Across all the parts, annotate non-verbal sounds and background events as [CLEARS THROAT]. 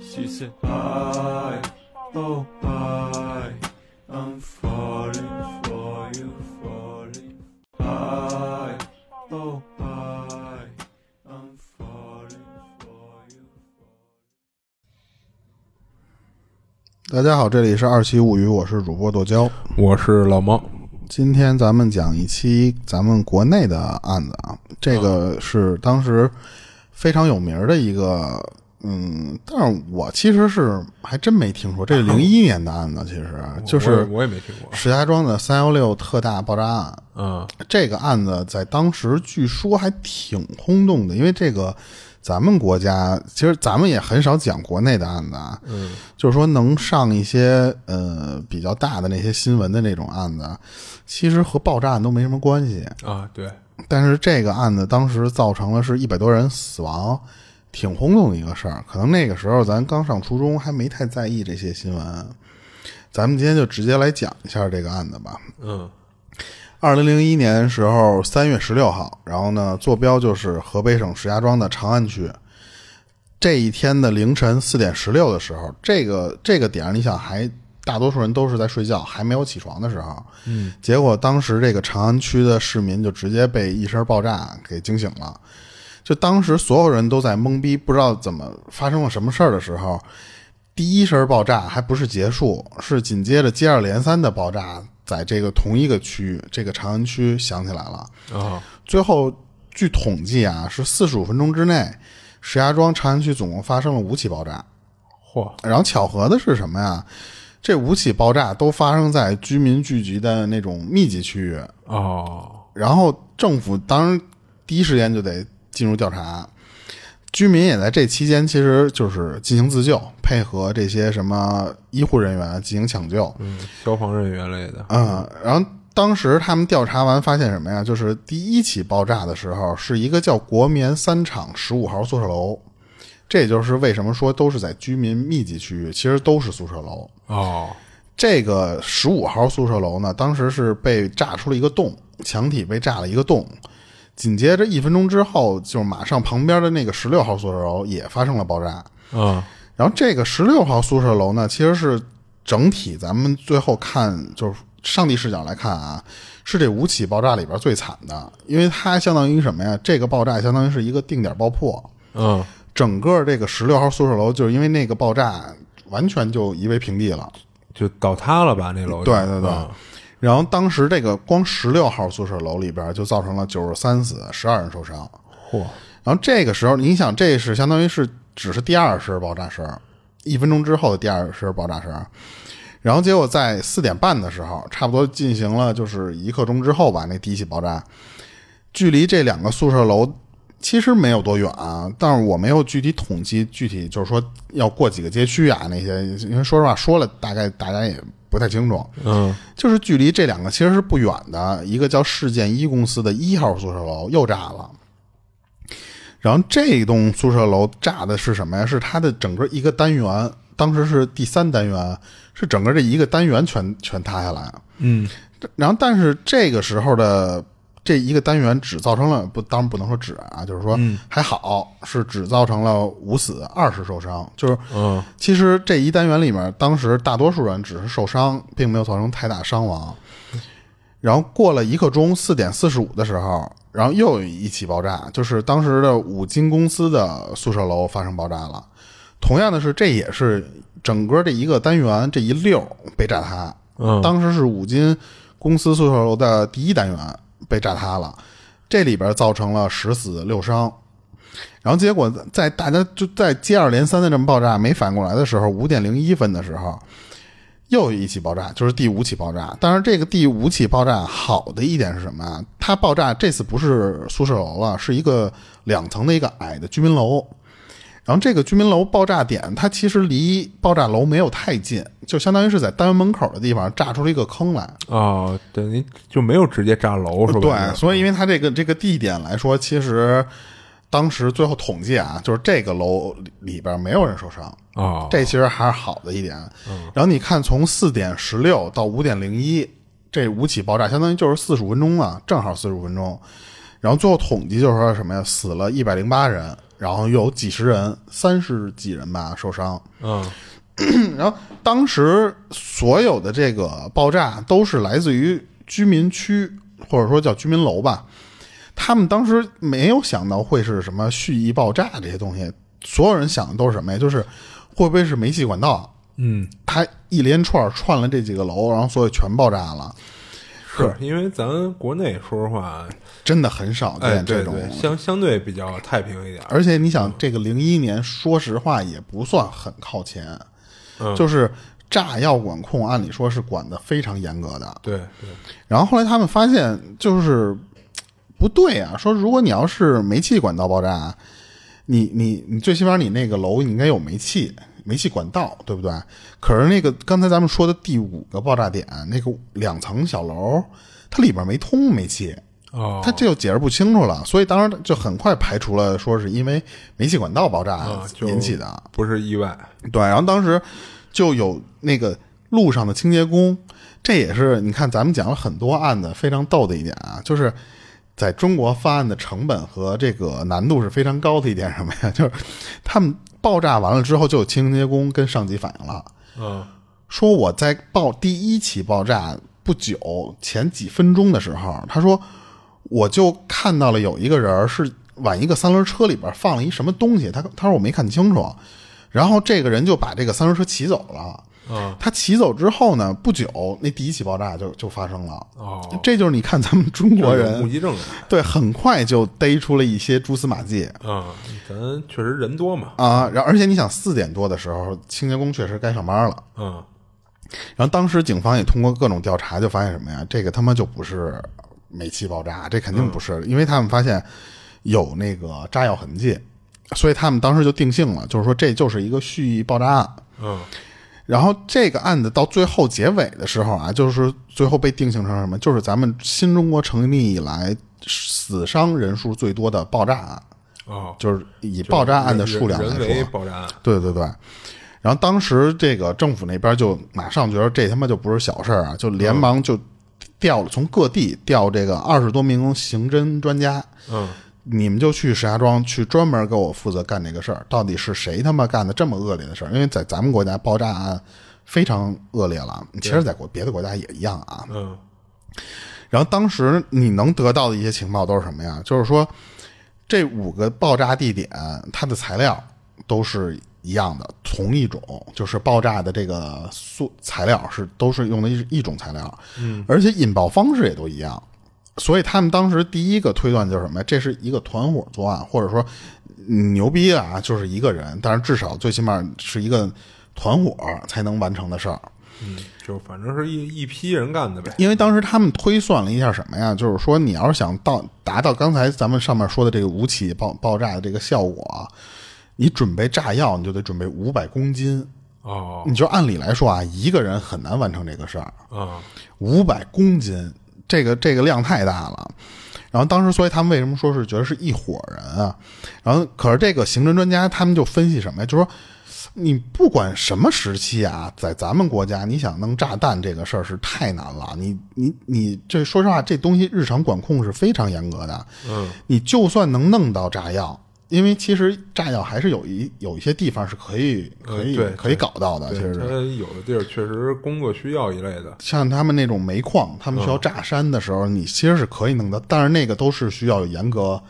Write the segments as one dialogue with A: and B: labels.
A: She said, I, oh, I, I'm falling for you, falling. I, oh, I, I'm falling for you.
B: 大家好，这里是二七物语，我是主播剁椒。
C: 我是老猫，
B: 今天咱们讲一期咱们国内的案子啊，这个是当时非常有名儿的一个，嗯，但是我其实是还真没听说，这是零一年的案子，其实啊就
C: 啊我也
B: 是
C: 我也没听过，
B: 石家庄的三幺六特大爆炸案。
C: 嗯，
B: 这个案子在当时据说还挺轰动的，因为这个咱们国家其实咱们也很少讲国内的案子啊，嗯，就是说能上一些呃比较大的那些新闻的那种案子，啊其实和爆炸案都没什么关系，
C: 啊，对，
B: 但是这个案子当时造成了是一百多人死亡，挺轰动的一个事儿。可能那个时候咱刚上初中，还没太在意这些新闻。咱们今天就直接来讲一下这个案子吧。
C: 嗯，
B: 二零零一年时候三月十六号，然后呢，坐标就是河北省石家庄的长安区。这一天的凌晨四点十六的时候，这个这个点儿，你想还大多数人都是在睡觉，还没有起床的时候，嗯，结果当时这个长安区的市民就直接被一声爆炸给惊醒了。就当时所有人都在懵逼，不知道怎么发生了什么事儿的时候，第一声爆炸还不是结束，是紧接着接二连三的爆炸，在这个同一个区域，这个长安区响起来了。
C: 啊，
B: 最后据统计啊，是四十五分钟之内，石家庄长安区总共发生了五起爆炸。
C: 嚯，
B: 然后巧合的是什么呀？这五起爆炸都发生在居民聚集的那种密集区域，
C: 哦，
B: 然后政府当然第一时间就得进入调查，居民也在这期间其实就是进行自救，配合这些什么医护人员进行抢救。
C: 嗯，消防人员类的，
B: 嗯，然后当时他们调查完发现什么呀？就是第一起爆炸的时候是一个叫国棉三厂十五号宿舍楼，这也就是为什么说都是在居民密集区域，其实都是宿舍楼。
C: 哦，
B: 这个十五号宿舍楼呢，当时是被炸出了一个洞，墙体被炸了一个洞。紧接着一分钟之后，就马上旁边的那个十六号宿舍楼也发生了爆炸。
C: 嗯，
B: 然后这个十六号宿舍楼呢，其实是整体咱们最后看，就是上帝视角来看啊，是这五起爆炸里边最惨的，因为它相当于什么呀？这个爆炸相当于是一个定点爆破，
C: 嗯，
B: 整个这个十六号宿舍楼就是因为那个爆炸完全就夷为平地了。
C: 就倒塌了吧那楼就，
B: 对对对
C: 嗯
B: 然后当时这个光十六号宿舍楼里边就造成了九十三死，十二人受伤。
C: 嚯，
B: 然后这个时候，你想，这是相当于是只是第二声爆炸声，一分钟之后的第二声爆炸声。然后结果在四点半的时候，差不多进行了就是一刻钟之后吧，那第一起爆炸，距离这两个宿舍楼其实没有多远啊，但是我没有具体统计，具体就是说要过几个街区啊那些，因为说实话说了，大概大家也不太清楚。
C: 嗯，
B: 就是距离这两个其实是不远的，一个叫市建一公司的一号宿舍楼又炸了。然后这栋宿舍楼炸的是什么呀？是它的整个一个单元，当时是第三单元，是整个这一个单元全全塌下来。
C: 嗯，
B: 然后，但是这个时候的这一个单元只造成了不，当然不能说只啊，就是说还好是只造成了五死二十受伤，就是
C: 嗯，
B: 其实这一单元里面，当时大多数人只是受伤，并没有造成太大伤亡。然后过了一刻钟，四点四十五的时候，然后又有一起爆炸，就是当时的五金公司的宿舍楼发生爆炸了。同样的是，这也是整个这一个单元这一溜儿被炸塌。
C: 嗯
B: 当时是五金公司宿舍楼的第一单元被炸塌了，这里边造成了十死六伤。然后结果在大家就在接二连三的这么爆炸没反过来的时候，五点零一分的时候，又一起爆炸，就是第五起爆炸。当然，这个第五起爆炸好的一点是什么啊？它爆炸这次不是宿舍楼了，是一个两层的一个矮的居民楼。然后这个居民楼爆炸点，它其实离爆炸楼没有太近，就相当于是在单元门口的地方炸出了一个坑来。
C: 哦，等于就没有直接炸楼是吧？
B: 对，所以因为它这个这个地点来说，其实当时最后统计啊，就是这个楼里里边没有人受伤，
C: 哦，嗯
B: 这其实还是好的一点。然后你看，从四点十六到五点零一，这五起爆炸相当于就是四啊十五分钟了，正好四十五分钟。然后最后统计就是说什么呀？死了一百零八人，然后有几十人，三十几人吧受伤。
C: 嗯，
B: [CLEARS THROAT] 然后当时所有的这个爆炸都是来自于居民区，或者说叫居民楼吧。他们当时没有想到会是什么蓄意爆炸这些东西，所有人想的都是什么呀？就是会不会是煤气管道？
C: 嗯，
B: 它一连串串了这几个楼，然后所以全爆炸了。
C: 是因为咱国内说实话，
B: 真的很少
C: 哎，
B: 见这
C: 对
B: 种。
C: 对，相相对比较太平一点儿。
B: 而且你想，这个零一年，说实话也不算很靠前，
C: 嗯
B: 就是炸药管控，按理说是管得非常严格的。
C: 对对，
B: 然后后来他们发现，就是嘖不对啊，说如果你要是煤气管道爆炸，你你你最起码你那个楼你应该有煤气。煤气管道对不对？可是那个刚才咱们说的第五个爆炸点，那个两层小楼，它里边没通煤气，
C: 哦，
B: 他这就解释不清楚了，所以当时就很快排除了说是因为煤气管道爆炸
C: 啊就
B: 引起的。
C: 不是意外，
B: 对，然后当时就有那个路上的清洁工，这也是你看咱们讲了很多案子非常逗的一点啊，就是在中国发案的成本和这个难度是非常高的一点是什么呀？ [LAUGHS] 就是他们爆炸完了之后，就有清洁工跟上级反映了，
C: 嗯
B: 说我在爆第一起爆炸不久前几分钟的时候，他说我就看到了有一个人儿是往一个三轮车里边放了一什么东西，他他说我没看清楚，然后这个人就把这个三轮车骑走了。
C: 嗯
B: 他骑走之后呢，不久那第一起爆炸就就发生了。
C: 哦，
B: 这就是你看咱们中国
C: 这有目
B: 人
C: 击证人，
B: 对很快就逮出了一些蛛丝马迹
C: 嗯，咱确实人多嘛，
B: 啊，然后而且你想四点多的时候，清洁工确实该上班了。
C: 嗯
B: 然后当时警方也通过各种调查，就发现什么呀？这个他妈就不是煤气爆炸，这肯定不是，
C: 嗯
B: 因为他们发现有那个炸药痕迹，所以他们当时就定性了，就是说这就是一个蓄意爆炸案。
C: 嗯
B: 然后这个案子到最后结尾的时候啊，就是最后被定性成什么？就是咱们新中国成立以来死伤人数最多的爆炸案，
C: 哦，
B: 就是以爆炸案的数量来
C: 人
B: 说，
C: 为爆炸案，
B: 对对对。然后当时这个政府那边就马上觉得这他妈就不是小事儿啊，就连忙就调了从各地调这个二十多名刑侦专家，
C: 嗯
B: 你们就去石家庄去专门给我负责干这个事儿，到底是谁他妈干的这么恶劣的事儿？因为在咱们国家爆炸案非常恶劣了，其实在国别的国家也一样啊。
C: 嗯
B: 然后当时你能得到的一些情报都是什么呀？就是说，这五个爆炸地点它的材料都是一样的，同一种，就是爆炸的这个素材料是都是用的一一种材料，嗯，而且引爆方式也都一样。所以他们当时第一个推断就是什么呀？这是一个团伙作案，或者说嗯牛逼啊，就是一个人，但是至少最起码是一个团伙才能完成的事儿。
C: 嗯，就反正是一一批人干的呗，
B: 因为当时他们推算了一下什么呀，就是说你要是想到达到刚才咱们上面说的这个五起爆爆炸的这个效果啊，你准备炸药你就得准备五百公斤。
C: 哦
B: 你就按理来说啊，一个人很难完成这个事儿，
C: 嗯
B: 五百公斤，这个这个量太大了。然后当时，所以他们为什么说是觉得是一伙人啊？然后，可是这个刑侦专家他们就分析什么呀？就说你不管什么时期啊，在咱们国家，你想弄炸弹这个事儿是太难了。你你你，这说实话，这东西日常管控是非常严格的。
C: 嗯
B: 你就算能弄到炸药，因为其实炸药还是有一有一些地方是可以可以、
C: 呃对
B: 可以搞到的。其
C: 对，
B: 实
C: 他有的地儿确实工作需要一类的，
B: 像他们那种煤矿，他们需要
C: 嗯
B: 炸山的时候，你其实是可以弄的，但是那个都是需要有严格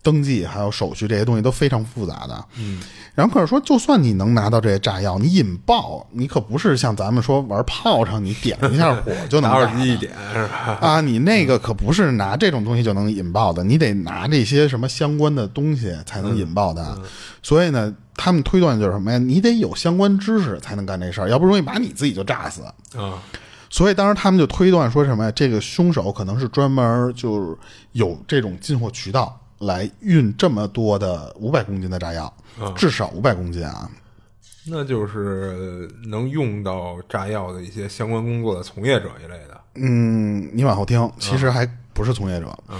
B: 登记，还有手续这些东西都非常复杂的。嗯，然后可是说，就算你能拿到这些炸药，你引爆，你可不是像咱们说玩炮仗，你点一下火就能
C: [LAUGHS] 打
B: 炸
C: 火
B: 的
C: 机一点是吧？
B: 啊，你那个可不是拿这种东西就能引爆的，你得拿这些什么相关的东西才能引爆的。
C: 嗯
B: 所以呢，他们推断就是什么呀？你得有相关知识才能干这事儿，要不容易把你自己就炸死。
C: 啊
B: 所以当时他们就推断说什么呀？这个凶手可能是专门就是有这种进货渠道来运这么多的五百公斤的炸药，
C: 嗯
B: 至少五百公斤啊。
C: 那就是能用到炸药的一些相关工作的从业者一类的，
B: 嗯，你往后听，其实还不是从业者。
C: 嗯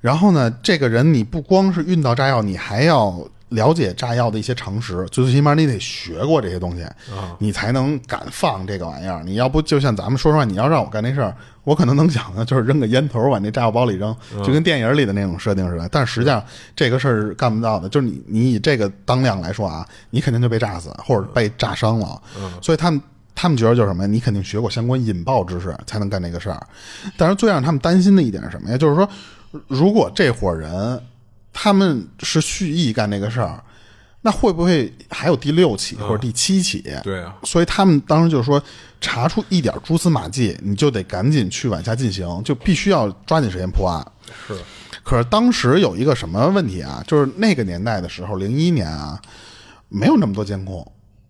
B: 然后呢，这个人你不光是运到炸药，你还要了解炸药的一些常识，最起码你得学过这些东西，你才能敢放这个玩意儿。你要不就像咱们说实话，你要让我干那事儿，我可能能想的就是扔个烟头往那炸药包里扔，就跟电影里的那种设定似的。但实际上这个事儿是干不到的，就是你你以这个当量来说啊，你肯定就被炸死或者被炸伤了。所以他们他们觉得就是什么呀？你肯定学过相关引爆知识才能干这个事儿。但是最让他们担心的一点是什么呀？就是说，如果这伙人他们是蓄意干这个事儿，那会不会还有第六起或者第七起？
C: 对啊，
B: 所以他们当时就说，查出一点蛛丝马迹，你就得赶紧去往下进行，就必须要抓紧时间破案。
C: 是，
B: 可是当时有一个什么问题啊？就是那个年代的时候，零一年啊，没有那么多监控，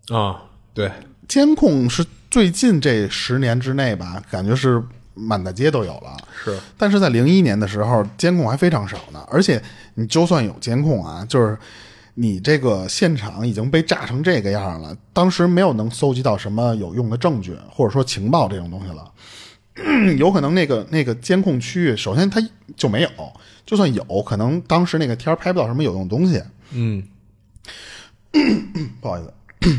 C: 啊，对，
B: 监控是最近这十年之内吧，感觉是满大街都有了。
C: 是，
B: 但是在零一年的时候，监控还非常少呢。而且你就算有监控啊，就是你这个现场已经被炸成这个样了，当时没有能搜集到什么有用的证据，或者说情报这种东西了。 [CLEARS THROAT] 有可能那个那个监控区域，首先它就没有，就算有可能当时那个天儿拍不到什么有用的东西。
C: 嗯，
B: 不好意思。 [COUGHS]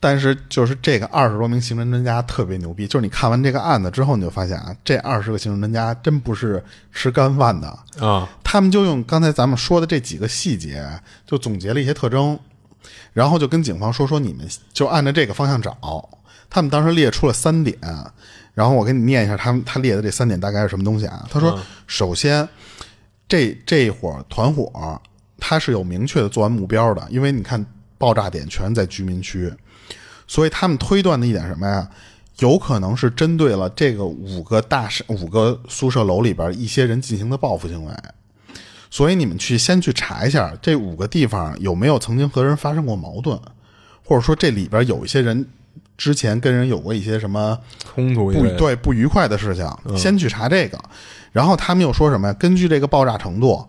B: 但是就是这个二十多名刑侦专家特别牛逼，就是你看完这个案子之后，你就发现啊，这二十个刑侦专家真不是吃干饭的，
C: 啊，
B: 他们就用刚才咱们说的这几个细节，就总结了一些特征，然后就跟警方说说你们就按照这个方向找。他们当时列出了三点，然后我给你念一下他们他列的这三点大概是什么东西啊？他说，首先，这这一伙团伙他是有明确的作案目标的，因为你看爆炸点全在居民区，所以他们推断的一点是什么呀？有可能是针对了这个五个大厦、五个宿舍楼里边一些人进行的报复行为，所以你们去先去查一下这五个地方有没有曾经和人发生过矛盾，或者说这里边有一些人之前跟人有过一些什么
C: 冲突一
B: 不
C: 类的，
B: 对不愉快的嗯事情，先去查这个。然后他们又说什么呀？根据这个爆炸程度，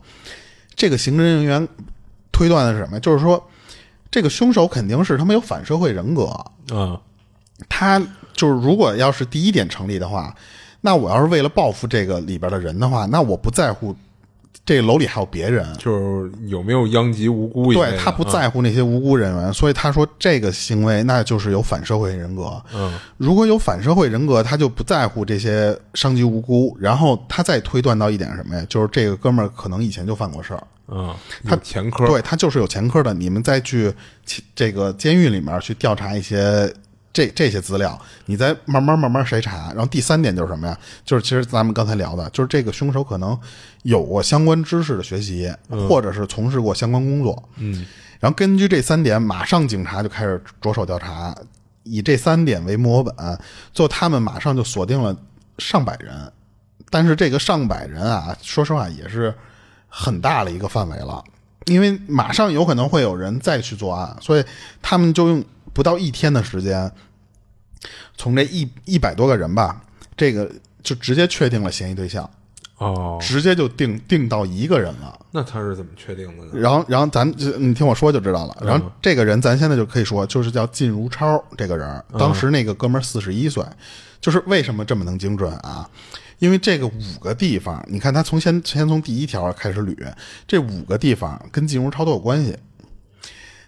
B: 这个刑侦人员推断的是什么呀？就是说，这个凶手肯定是他妈有反社会人格。
C: 啊，
B: 他就是如果要是第一点成立的话，那我要是为了报复这个里边的人的话，那我不在乎这个楼里还有别人，
C: 就是有没有殃及无辜一类的？
B: 对他不
C: 啊，
B: 在乎那些无辜人员，所以他说这个行为那就是有反社会人格。
C: 嗯，
B: 如果有反社会人格，他就不在乎这些伤及无辜。然后他再推断到一点是什么呀？就是这个哥们儿可能以前就犯过事儿，
C: 嗯，
B: 他
C: 有前科，
B: 对他就是有前科的。你们再去其这个监狱里面去调查一些这这些资料，你再慢慢慢慢筛查。然后第三点就是什么呀？就是其实咱们刚才聊的，就是这个凶手可能有过相关知识的学习，或者是从事过相关工作。嗯，然后根据这三点，马上警察就开始着手调查，以这三点为墨本，最后他们马上就锁定了上百人。但是这个上百人啊，说实话也是很大的一个范围了，因为马上有可能会有人再去作案，所以他们就用不到一天的时间，从这一一百多个人吧，这个就直接确定了嫌疑对象，
C: 哦，
B: 直接就定定到一个人了。
C: 那他是怎么确定的呢？
B: 然后，然后咱就你听我说就知道了。然后这个人，咱现在就可以说，就是叫靳如超这个人儿。当时那个哥们儿四十一岁，就是为什么这么能精准啊？因为这个五个地方，你看他从先先从第一条开始捋，这五个地方跟靳如超都有关系。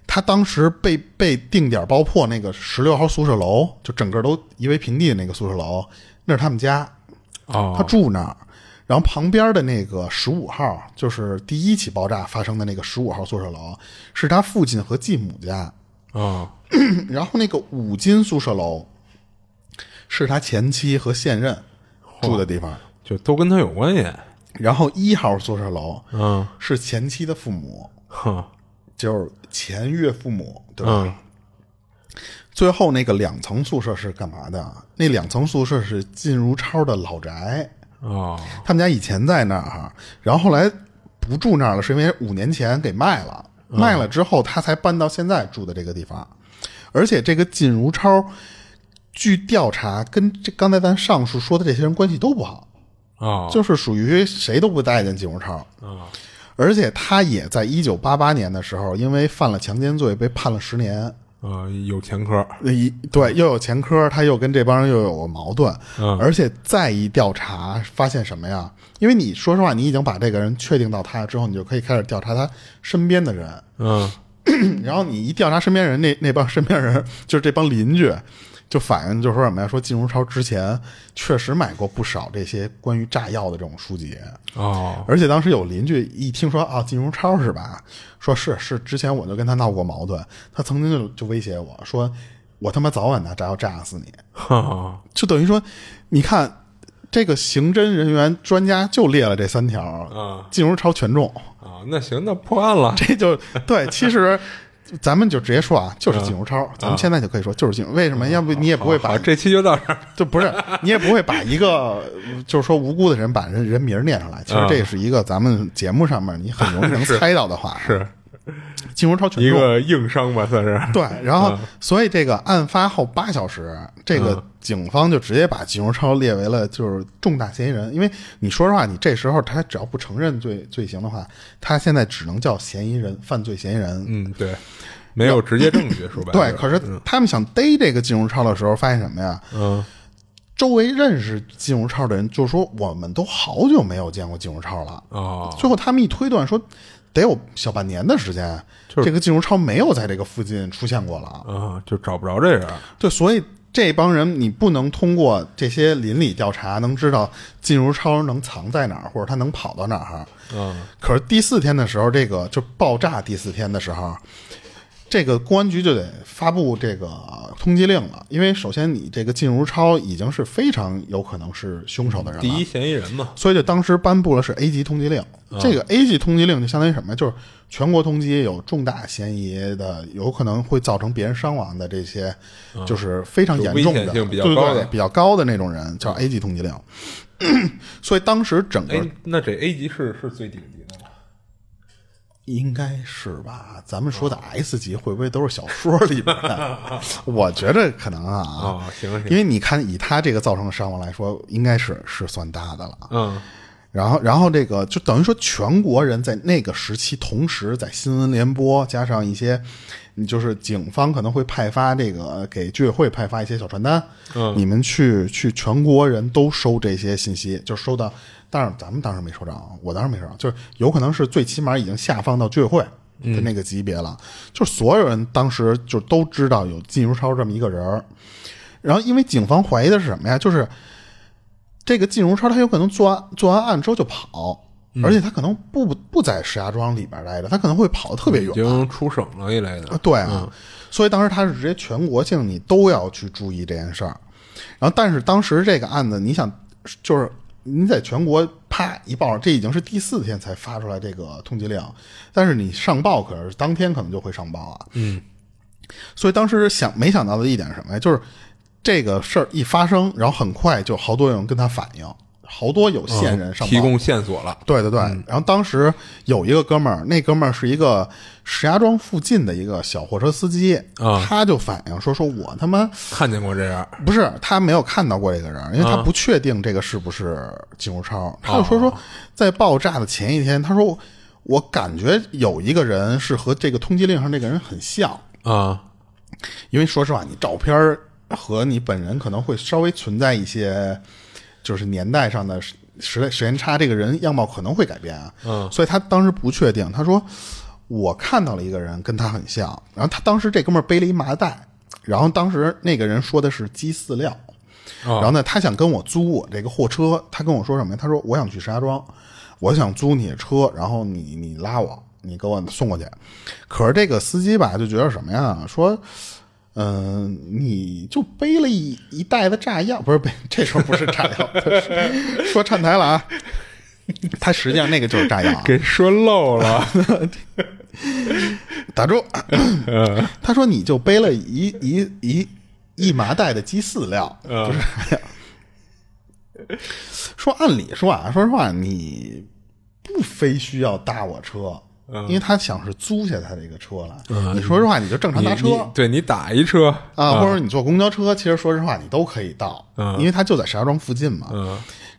B: 他当时被被定点爆破那个十六号宿舍楼，就整个都夷为平地的那个宿舍楼，那是他们家。他
C: 哦，
B: 住那儿。然后旁边的那个十五号，就是第一起爆炸发生的那个十五号宿舍楼，是他父亲和继母家。 [CLEARS THROAT]
C: 哦，
B: 然后那个五金宿舍楼，是他前妻和现任住的地方。
C: 就都跟他有关系，
B: 然后一号宿舍楼
C: 嗯，
B: 是前妻的父母，
C: 哼，
B: 就是前岳父母，对吧？
C: 嗯，
B: 最后那个两层宿舍是干嘛的？那两层宿舍是靳如超的老宅。
C: 哦，
B: 他们家以前在那儿，然后后来不住那儿了，是因为五年前给卖了，卖了之后他才搬到现在住的这个地方。而且这个靳如超，据调查，跟这刚才咱上述说的这些人关系都不好，
C: 哦，
B: 就是属于谁都不待见靳如超。
C: 啊，
B: 而且他也在一九八八年的时候，因为犯了强奸罪被判了十年。
C: 呃，有前科，
B: 呃一对又有前科，他又跟这帮人又有矛盾，
C: 嗯
B: 而且再一调查，发现什么呀？因为你说实话，你已经把这个人确定到他之后，你就可以开始调查他身边的人。 [CLEARS THROAT]
C: 嗯，
B: 然后你一调查身边人，那那帮身边人就是这帮邻居，就反映就说什么呀？说金如超之前确实买过不少这些关于炸药的这种书籍，
C: [LAUGHS] 哦，
B: 而且当时有邻居一听说啊，金如超是吧？说是是，之前我就跟他闹过矛盾，他曾经就就威胁我说，我他妈早晚拿炸药炸死你。
C: 哈哈，
B: 就等于说，你看这个刑侦人员专家就列了这三条，
C: 啊
B: 金如超全中，
C: 啊，那行，那破案了，
B: 这就对。其实咱们就直接说啊，就是金如超，咱们现在就可以说就是金。为什么？要不你也不会把
C: 嗯啊好，这期就到这儿，
B: 就不是你也不会把一个就是说无辜的人把人人名儿念上来。其实
C: 啊
B: 这是一个咱们节目上面你很容易能猜到的话， [LAUGHS]
C: 是
B: 金如超全
C: 一
B: 中。
C: 个嗯硬伤吧，算是，
B: 对，然后、所以这个案发后八小时，这
C: 嗯
B: 个警方就直接把金荣超列为了就是重大嫌疑人，因为你说实话，你这时候他只要不承认罪罪行的话，他现在只能叫嫌疑人、犯罪嫌疑人。
C: 嗯，对，没有直接证据，说白了，
B: 对，可是他们想逮这个金荣超的时候，发现什么呀？
C: 嗯，
B: 周围认识金荣超的人就说，我们都好久没有见过金荣超了。
C: 哦，
B: 最后他们一推断说，得有小半年的时间，
C: 就是
B: 这个金荣超没有在这个附近出现过了啊。
C: 啊，就找不着这人，
B: 对，所以这帮人你不能通过这些邻里调查能知道金如超能藏在哪儿，或者他能跑到哪儿。
C: 嗯，
B: 可是第四天的时候，这个就爆炸第四天的时候，这个公安局就得发布这个通缉令了，因为首先你这个金如超已经是非常有可能是凶手的人了，
C: 第一嫌疑人嘛，
B: 所以就当时颁布了是 A 级通缉令。
C: 啊
B: 这个 A 级通缉令就相当于什么呀？就是全国通缉有重大嫌疑的，有可能会造成别人伤亡的这些，就是非常严重
C: 啊就危
B: 的、
C: 险性比较
B: 对对
C: 高的嗯
B: 对比较高的那种人，叫 A 级通缉令。所以当时整个
C: 哎，那这 A 级是是最顶级的吗？
B: 应该是吧？咱们说
C: 啊
B: 的 S 级会不会都是小说里边
C: [LAUGHS]
B: 的？我觉着可能啊，
C: 啊，行行，
B: 因为你看以他这个造成的伤亡来说，应该是是算大的了。啊
C: 嗯，
B: 然后，然后这个就等于说，全国人在那个时期同时在新闻联播，加上一些，嗯就是警方可能会派发这个呃给居委会派发一些小传单，嗯，你们去去全国人都收这些信息，就收到，但是咱们当时没收着啊，我当时没收着，就是有可能是最起码已经下放到居委会的那个级别了，就是所有人当时就都知道有靳如超这么一个人儿，然后因为警方怀疑的是什么呀？就是这个靳如超他有可能做完做完案之后就跑，而且他可能不不在石家庄里边待着，他可能会跑得特别
C: 已
B: 远。
C: 经出省了一类的嗯
B: 啊，对啊，所以当时他是直接全国性你都要去注意这件事儿。然后，但是当时这个案子，你想就是。你在全国啪一报，这已经是第四天才发出来这个通缉令，但是你上报可是当天可能就会上报啊。嗯，所以当时想没想到的一点是什么呀？就是这个事儿一发生，然后很快就好多人跟他反映，好多有线人上报，
C: 嗯提供线索了，
B: 对对对，然后当时有一个哥们儿，那哥们儿是一个石家庄附近的一个小货车司机，
C: 啊
B: 他就反映说，说我他妈
C: 看见过这人，
B: 不是他没有看到过这个人，因为他不确定这个是不是金如超，他就说说在爆炸的前一天，他说我感觉有一个人是和这个通缉令上这个人很像，
C: 啊，
B: 因为说实话，你照片儿和你本人可能会稍微存在一些，就是年代上的时时代时间差，这个人样貌可能会改变啊。嗯，所以他当时不确定，他说我看到了一个人跟他很像，然后他当时这哥们儿背了一麻袋，然后当时那个人说的是鸡饲料。然后呢，他想跟我租我这个货车，他跟我说什么呀？他说我想去石家庄，我想租你的车，然后你你拉我，你给我送过去。可是这个司机吧，就觉得什么呀？说，嗯、你就背了一一袋子炸药，不是背，这时候不是炸药， [LAUGHS] 是说串台了啊。他实际上那个就是炸药啊，
C: 给说漏
B: [LAUGHS]
C: 了，
B: 打住。 [CLEARS THROAT] 他说你就背了一一一一麻袋的鸡饲料，不是炸药。说按理说啊，说实话，你不非需要搭我车，因为他想是租下他这个车来。你说实话，你就正常
C: 嗯你
B: 搭车，
C: 你对你打一车
B: 啊，或者你坐公交车，其实说实话你都可以到，因为它就在石家庄附近嘛。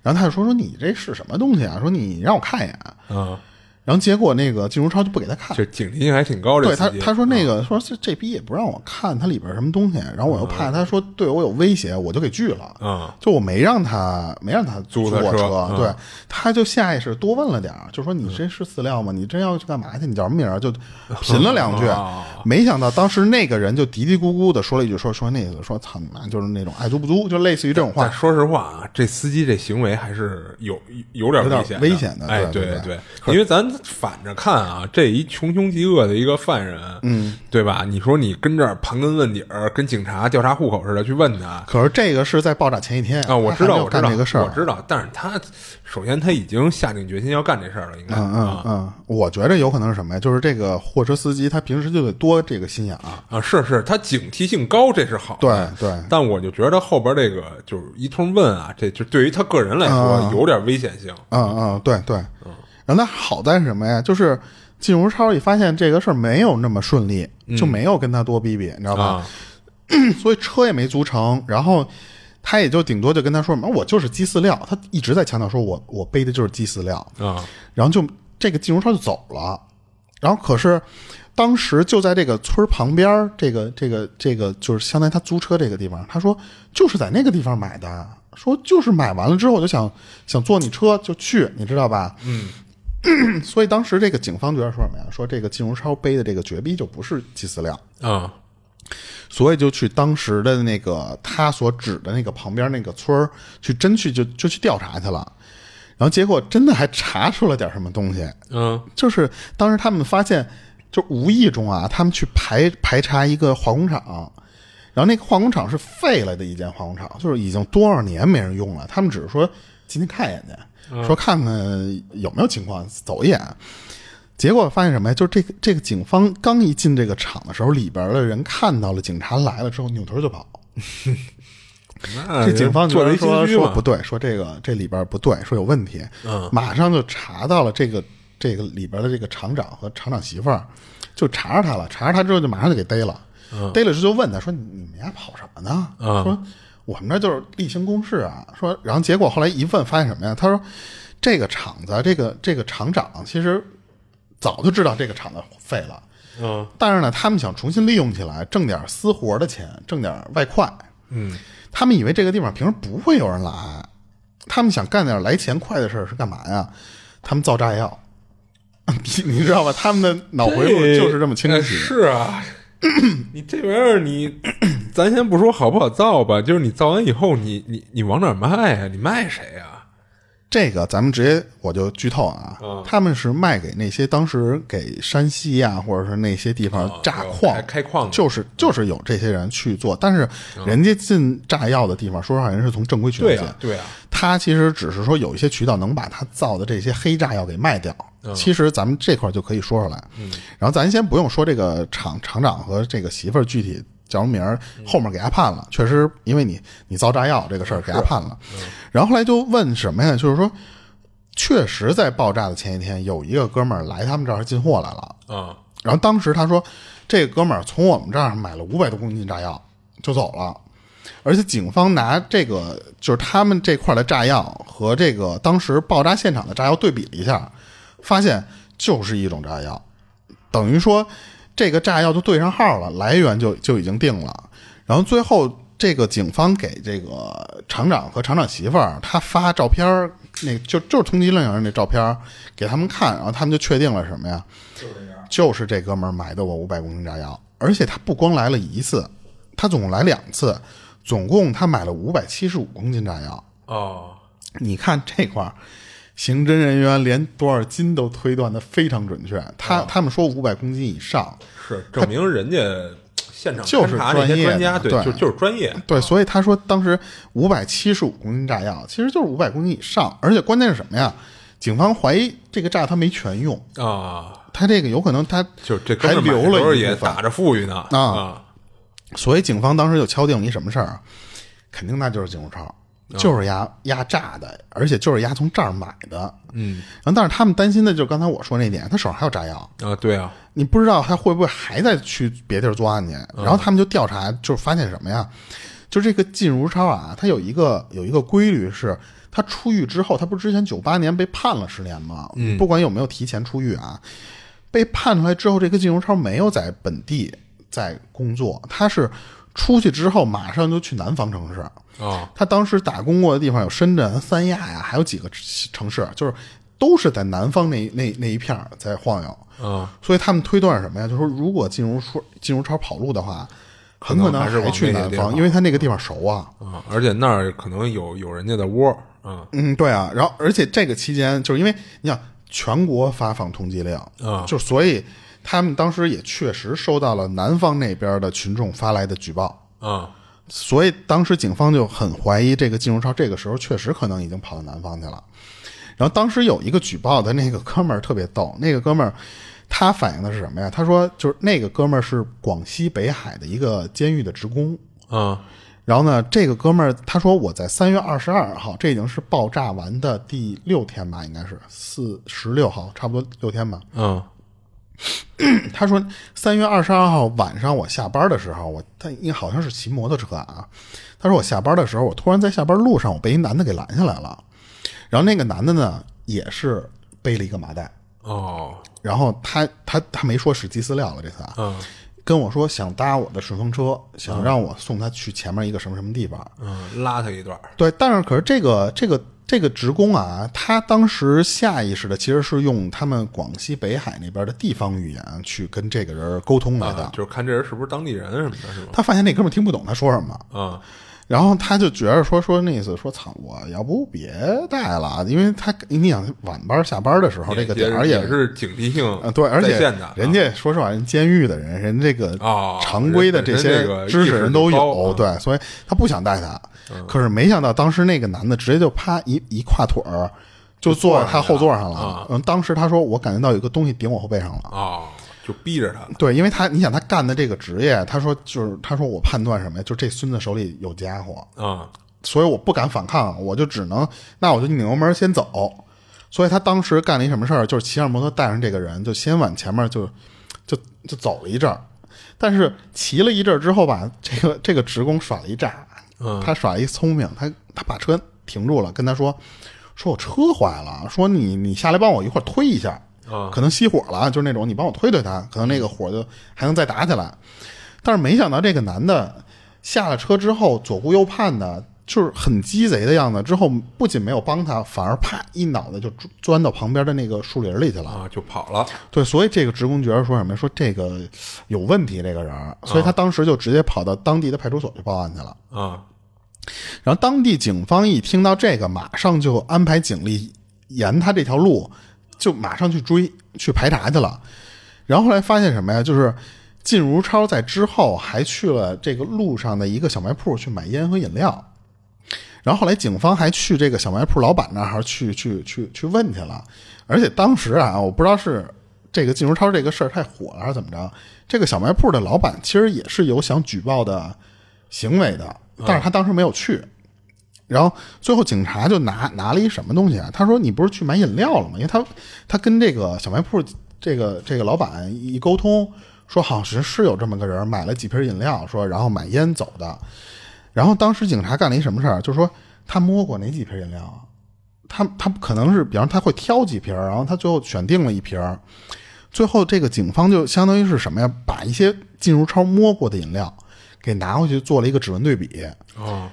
B: 然后他就说说你这是什么东西啊？说你让我看一眼。
C: 啊
B: 然后结果那个金如超就不给他看，
C: 就警惕性还挺高。这
B: 对他
C: 司机
B: 他说那个说这这逼也不让我看它里边什么东西，然后我又怕他说对我有威胁，我就给拒了。
C: 啊，
B: 就我没让他没让他
C: 租他
B: 我
C: 车嗯
B: 对，他就下意识多问了点儿，就说你这是饲料吗？你真要去干嘛去？你叫什么名儿？啊就贫了两句，
C: 啊
B: [LAUGHS] 没想到当时那个人就嘀嘀咕咕的说了一句，说说那个说操你妈，就是那种爱租不租，就类似于这种话
C: 但。说实话啊，这司机这行为还是有有点
B: 有点
C: 危险
B: 危险的
C: 哎，
B: 对
C: 对
B: 对对
C: 因为咱反着看啊，这一穷凶极恶的一个犯人，嗯，对吧？你说你跟这儿盘根问底儿，跟警察调查户口似的去问他。
B: 可是这个是在爆炸前一天
C: 啊，我
B: 他
C: 知
B: 还
C: 道，
B: 没有
C: 我知道
B: 干这个事儿，
C: 我知道。但是他首先他已经下定决心要干这事儿了，应该
B: 嗯嗯
C: 啊
B: 嗯，我觉着有可能是什么呀？就是这个货车司机他平时就得多这个心眼儿，
C: 啊，是是，他警惕性高，这是好
B: 对
C: 的。
B: 对
C: 但我就觉得后边这个就是一通问啊，这就对于他个人来说有点危险性。
B: 嗯嗯，对对，然后他好在是什么呀？就是进如超一发现这个事儿没有那么顺利，就没有跟他多逼逼，你知道吧？
C: 嗯啊
B: [CLEARS THROAT] 所以车也没租成，然后他也就顶多就跟他说什么我就是鸡饲料，他一直在强调说我我背的就是鸡饲料，
C: 啊
B: 然后就这个进如超就走了，然后可是。当时就在这个村儿旁边儿，这个这个这个就是相当于他租车这个地方，他说就是在那个地方买的，说就是买完了之后我就想想坐你车就去，你知道吧？
C: 嗯，
B: [CLEARS THROAT] 所以当时这个警方觉得说什么呀？说这个金如超背的这个绝逼就不是祭祀料，
C: 啊
B: 所以就去当时的那个他所指的那个旁边那个村儿去真去就就去调查去了，然后结果真的还查出了点什么东西，
C: 嗯
B: 就是当时他们发现，就无意中啊，他们去排排查一个化工厂，然后那个化工厂是废了的一间化工厂，就是已经多少年没人用了。他们只是说进去看一眼去，说看看有没有情况，走一眼。结果发现什么呀？就是这个这个警方刚一进这个厂的时候，里边的人看到了警察来了之后，扭头就跑。
C: 那
B: 这警方
C: 做
B: 就
C: 雷
B: 说
C: 心虚
B: 说
C: 嘛
B: 不，对，说这个这里边不对，说有问题，
C: 嗯
B: 马上就查到了这个这个里边的这个厂长和厂长媳妇儿，就查着他了，查着他之后就马上就给逮了，逮了之后就问他说你你们家跑什么呢？
C: 嗯
B: 说我们这就是例行公事啊，说然后结果后来一问发现什么呀？他说这个厂子这个这个厂长其实早就知道这个厂子废了，
C: 嗯
B: 但是呢，他们想重新利用起来，挣点私活的钱，挣点外快。
C: 嗯，
B: 他们以为这个地方平时不会有人来，他们想干点来钱快的事儿是干嘛呀？他们造炸药， [LAUGHS] 你你知道吧？他们的脑回路就是这么清
C: 哎
B: 晰。
C: 是啊， [CLEARS THROAT] 你这玩意儿你，咱先不说好不好造吧，就是你造完以后，你你你往哪儿卖啊？你卖谁啊？
B: 这个咱们直接我就剧透啊，
C: 嗯
B: 他们是卖给那些当时给山西呀、或者是那些地方
C: 啊
B: 炸
C: 有
B: 矿、
C: 开开矿的啊
B: 就是就是有这些人去做，但是人家进炸药的地方，说实话，人是从正规渠道
C: 对
B: 进，
C: 啊对啊，
B: 他其实只是说有一些渠道能把他造的这些黑炸药给卖掉。其实咱们这块儿就可以说出来。然后咱先不用说这个厂厂长和这个媳妇儿具体叫什么名儿，后面给他判了，确实因为你你造炸药这个事儿给他判了。然后后来就问什么呀？就是说，确实在爆炸的前一天，有一个哥们儿来他们这儿进货来了。
C: 啊
B: 然后当时他说，这哥们儿从我们这儿买了五百多公斤炸药就走了，而且警方拿这个就是他们这块的炸药和这个当时爆炸现场的炸药对比了一下，发现就是一种炸药，等于说这个炸药就对上号了，来源就就已经定了。然后最后这个警方给这个厂长和厂长媳妇儿他发照片儿，那就就是通缉令上那照片儿给他们看，然后他们就确定了什么呀？就是这哥们儿买的我五百公斤炸药，而且他不光来了一次，他总共来两次，总共他买了五百七十五公斤炸药。
C: 哦，
B: 你看这块儿，刑侦人员连多少斤都推断的非常准确。他、他们说五百公斤以上，
C: 是证明人家现场
B: 就是
C: 勘察那
B: 专
C: 些
B: 业
C: 专
B: 的
C: 家，
B: 对
C: 就就是专业，
B: 对，所以他说当时五百七十五公斤炸药，其实就是五百公斤以上，而且关键是什么呀？警方怀疑这个炸他没全用，
C: 啊，
B: 他这个有可能他
C: 就这哥
B: 还
C: 们儿买
B: 留
C: 的时候
B: 了一
C: 也
B: 部分
C: 打着富裕呢
B: 啊所以警方当时就敲定了一什么事儿啊？肯定那就是警务超，就是压压榨的，而且就是压从这儿买的。嗯，然后但是他们担心的就是刚才我说那点，他手上还有炸药，
C: 啊，对啊，
B: 你不知道他会不会还在去别地儿作案去。然后他们就调查，就是发现什么呀？就这个靳如超啊，他有一个有一个规律是，他出狱之后，他不是之前九八年被判了十年吗？
C: 嗯
B: 不管有没有提前出狱啊，被判出来之后，这个靳如超没有在本地在工作，他是出去之后马上就去南方城市。
C: 啊，
B: 他当时打工过的地方有深圳、三亚呀，还有几个城市，就是都是在南方那那那一片儿在晃悠。
C: 嗯，
B: 所以他们推断是什么呀？就是说，如果进入超进入超跑路的话，很可
C: 可能还是
B: 还
C: 往
B: 去
C: 那
B: 南
C: 个地
B: 方，
C: 方
B: 因为他那个地方熟啊。
C: 啊，而且那儿可能有有人家的窝儿，嗯
B: 嗯，对啊。然后，而且这个期间，就是因为你想全国发放通缉令
C: 啊
B: 就所以他们当时也确实收到了南方那边的群众发来的举报，
C: 啊
B: 所以当时警方就很怀疑这个金融超这个时候确实可能已经跑到南方去了。然后当时有一个举报的那个哥们儿特别逗，那个哥们儿他反映的是什么呀？他说就是那个哥们儿是广西北海的一个监狱的职工，
C: 啊
B: 然后呢，这个哥们儿他说我在三月二十二号，这已经是爆炸完的第六天吧，应该是四十六号，差不多六天吧。
C: 嗯
B: 他说三月二十二号晚上我下班的时候，我他应该好像是骑摩托车啊。他说我下班的时候，我突然在下班路上，我被一男的给拦下来了。然后那个男的呢，也是背了一个麻袋，
C: 哦
B: 然后他他他没说实际资料了，这次啊，
C: 嗯
B: 跟我说想搭我的顺风车，想让我送他去前面一个什么什么地方。
C: 嗯，拉他一段儿，
B: 对，但是可是这个这个这个职工啊，他当时下意识的其实是用他们广西北海那边的地方语言去跟这个人沟通来的。
C: 啊，就是看这人是不是当地人什么的，是吧？
B: 他发现那哥们儿听不懂他说什么，
C: 啊
B: 然后他就觉着说说那意思说操，我要不别带了，啊因为他你想晚班下班的时候这个点儿
C: 也是警惕性
B: 啊，对，而
C: 在
B: 且
C: 线的啊
B: 人家说实话，人监狱的人，人这个
C: 哦
B: 常规的这些
C: 人本身这个
B: 知
C: 意
B: 识
C: 识
B: 人
C: 就
B: 都
C: 高
B: 有
C: 啊，嗯
B: 对，所以他不想带他。可是没想到，当时那个男的直接就啪一一跨腿儿就坐在他后座上了
C: 啊。
B: 嗯，当时他说我感觉到有个东西顶我后背上了。
C: 哦，就逼着他
B: 对，因为他你想他干的这个职业，他说就是他说我判断什么呀，就这孙子手里有家伙，
C: 啊
B: 所以我不敢反抗，我就只能那我就拧油门先走。所以他当时干了一什么事儿，就是骑上摩托带上这个人，就先往前面就就就走了一阵儿。但是骑了一阵儿之后吧，这个这个职工耍了一诈，他耍了一聪明，他他把车停住了，跟他说说我车坏了，说你你下来帮我一块儿推一下，
C: 啊
B: 可能熄火了，就是那种你帮我推推他，可能那个火就还能再打起来。但是没想到这个男的下了车之后左顾右盼的，就是很鸡贼的样子。之后不仅没有帮他，反而啪一脑袋就钻到旁边的那个树林里去了。
C: 啊，就跑了
B: 对，所以这个职工觉得说什么呀？说这个有问题，这个人儿，所以他当时就直接跑到当地的派出所去报案去了。
C: 啊
B: 然后当地警方一听到这个，马上就安排警力沿他这条路，就马上去追去排查去了。然后后来发现什么呀？就是靳如超在之后还去了这个路上的一个小卖铺去买烟和饮料。然后后来警方还去这个小卖铺老板那儿去去去去问去了，而且当时啊，我不知道是这个靳如超这个事儿太火了还是怎么着，这个小卖铺的老板其实也是有想举报的行为的，但是他当时没有去。然后最后警察就拿拿了一什么东西啊？他说你不是去买饮料了吗？因为他他跟这个小卖铺这个这个老板一沟通，说好像是有这么个人买了几瓶饮料，说然后买烟走的。然后当时警察干了一什么事儿？就是说他摸过哪几瓶饮料啊？他他可能是，比方说他会挑几瓶儿，然后他最后选定了一瓶儿。最后这个警方就相当于是什么呀？把一些进入超摸过的饮料给拿回去做了一个指纹对比。
C: 啊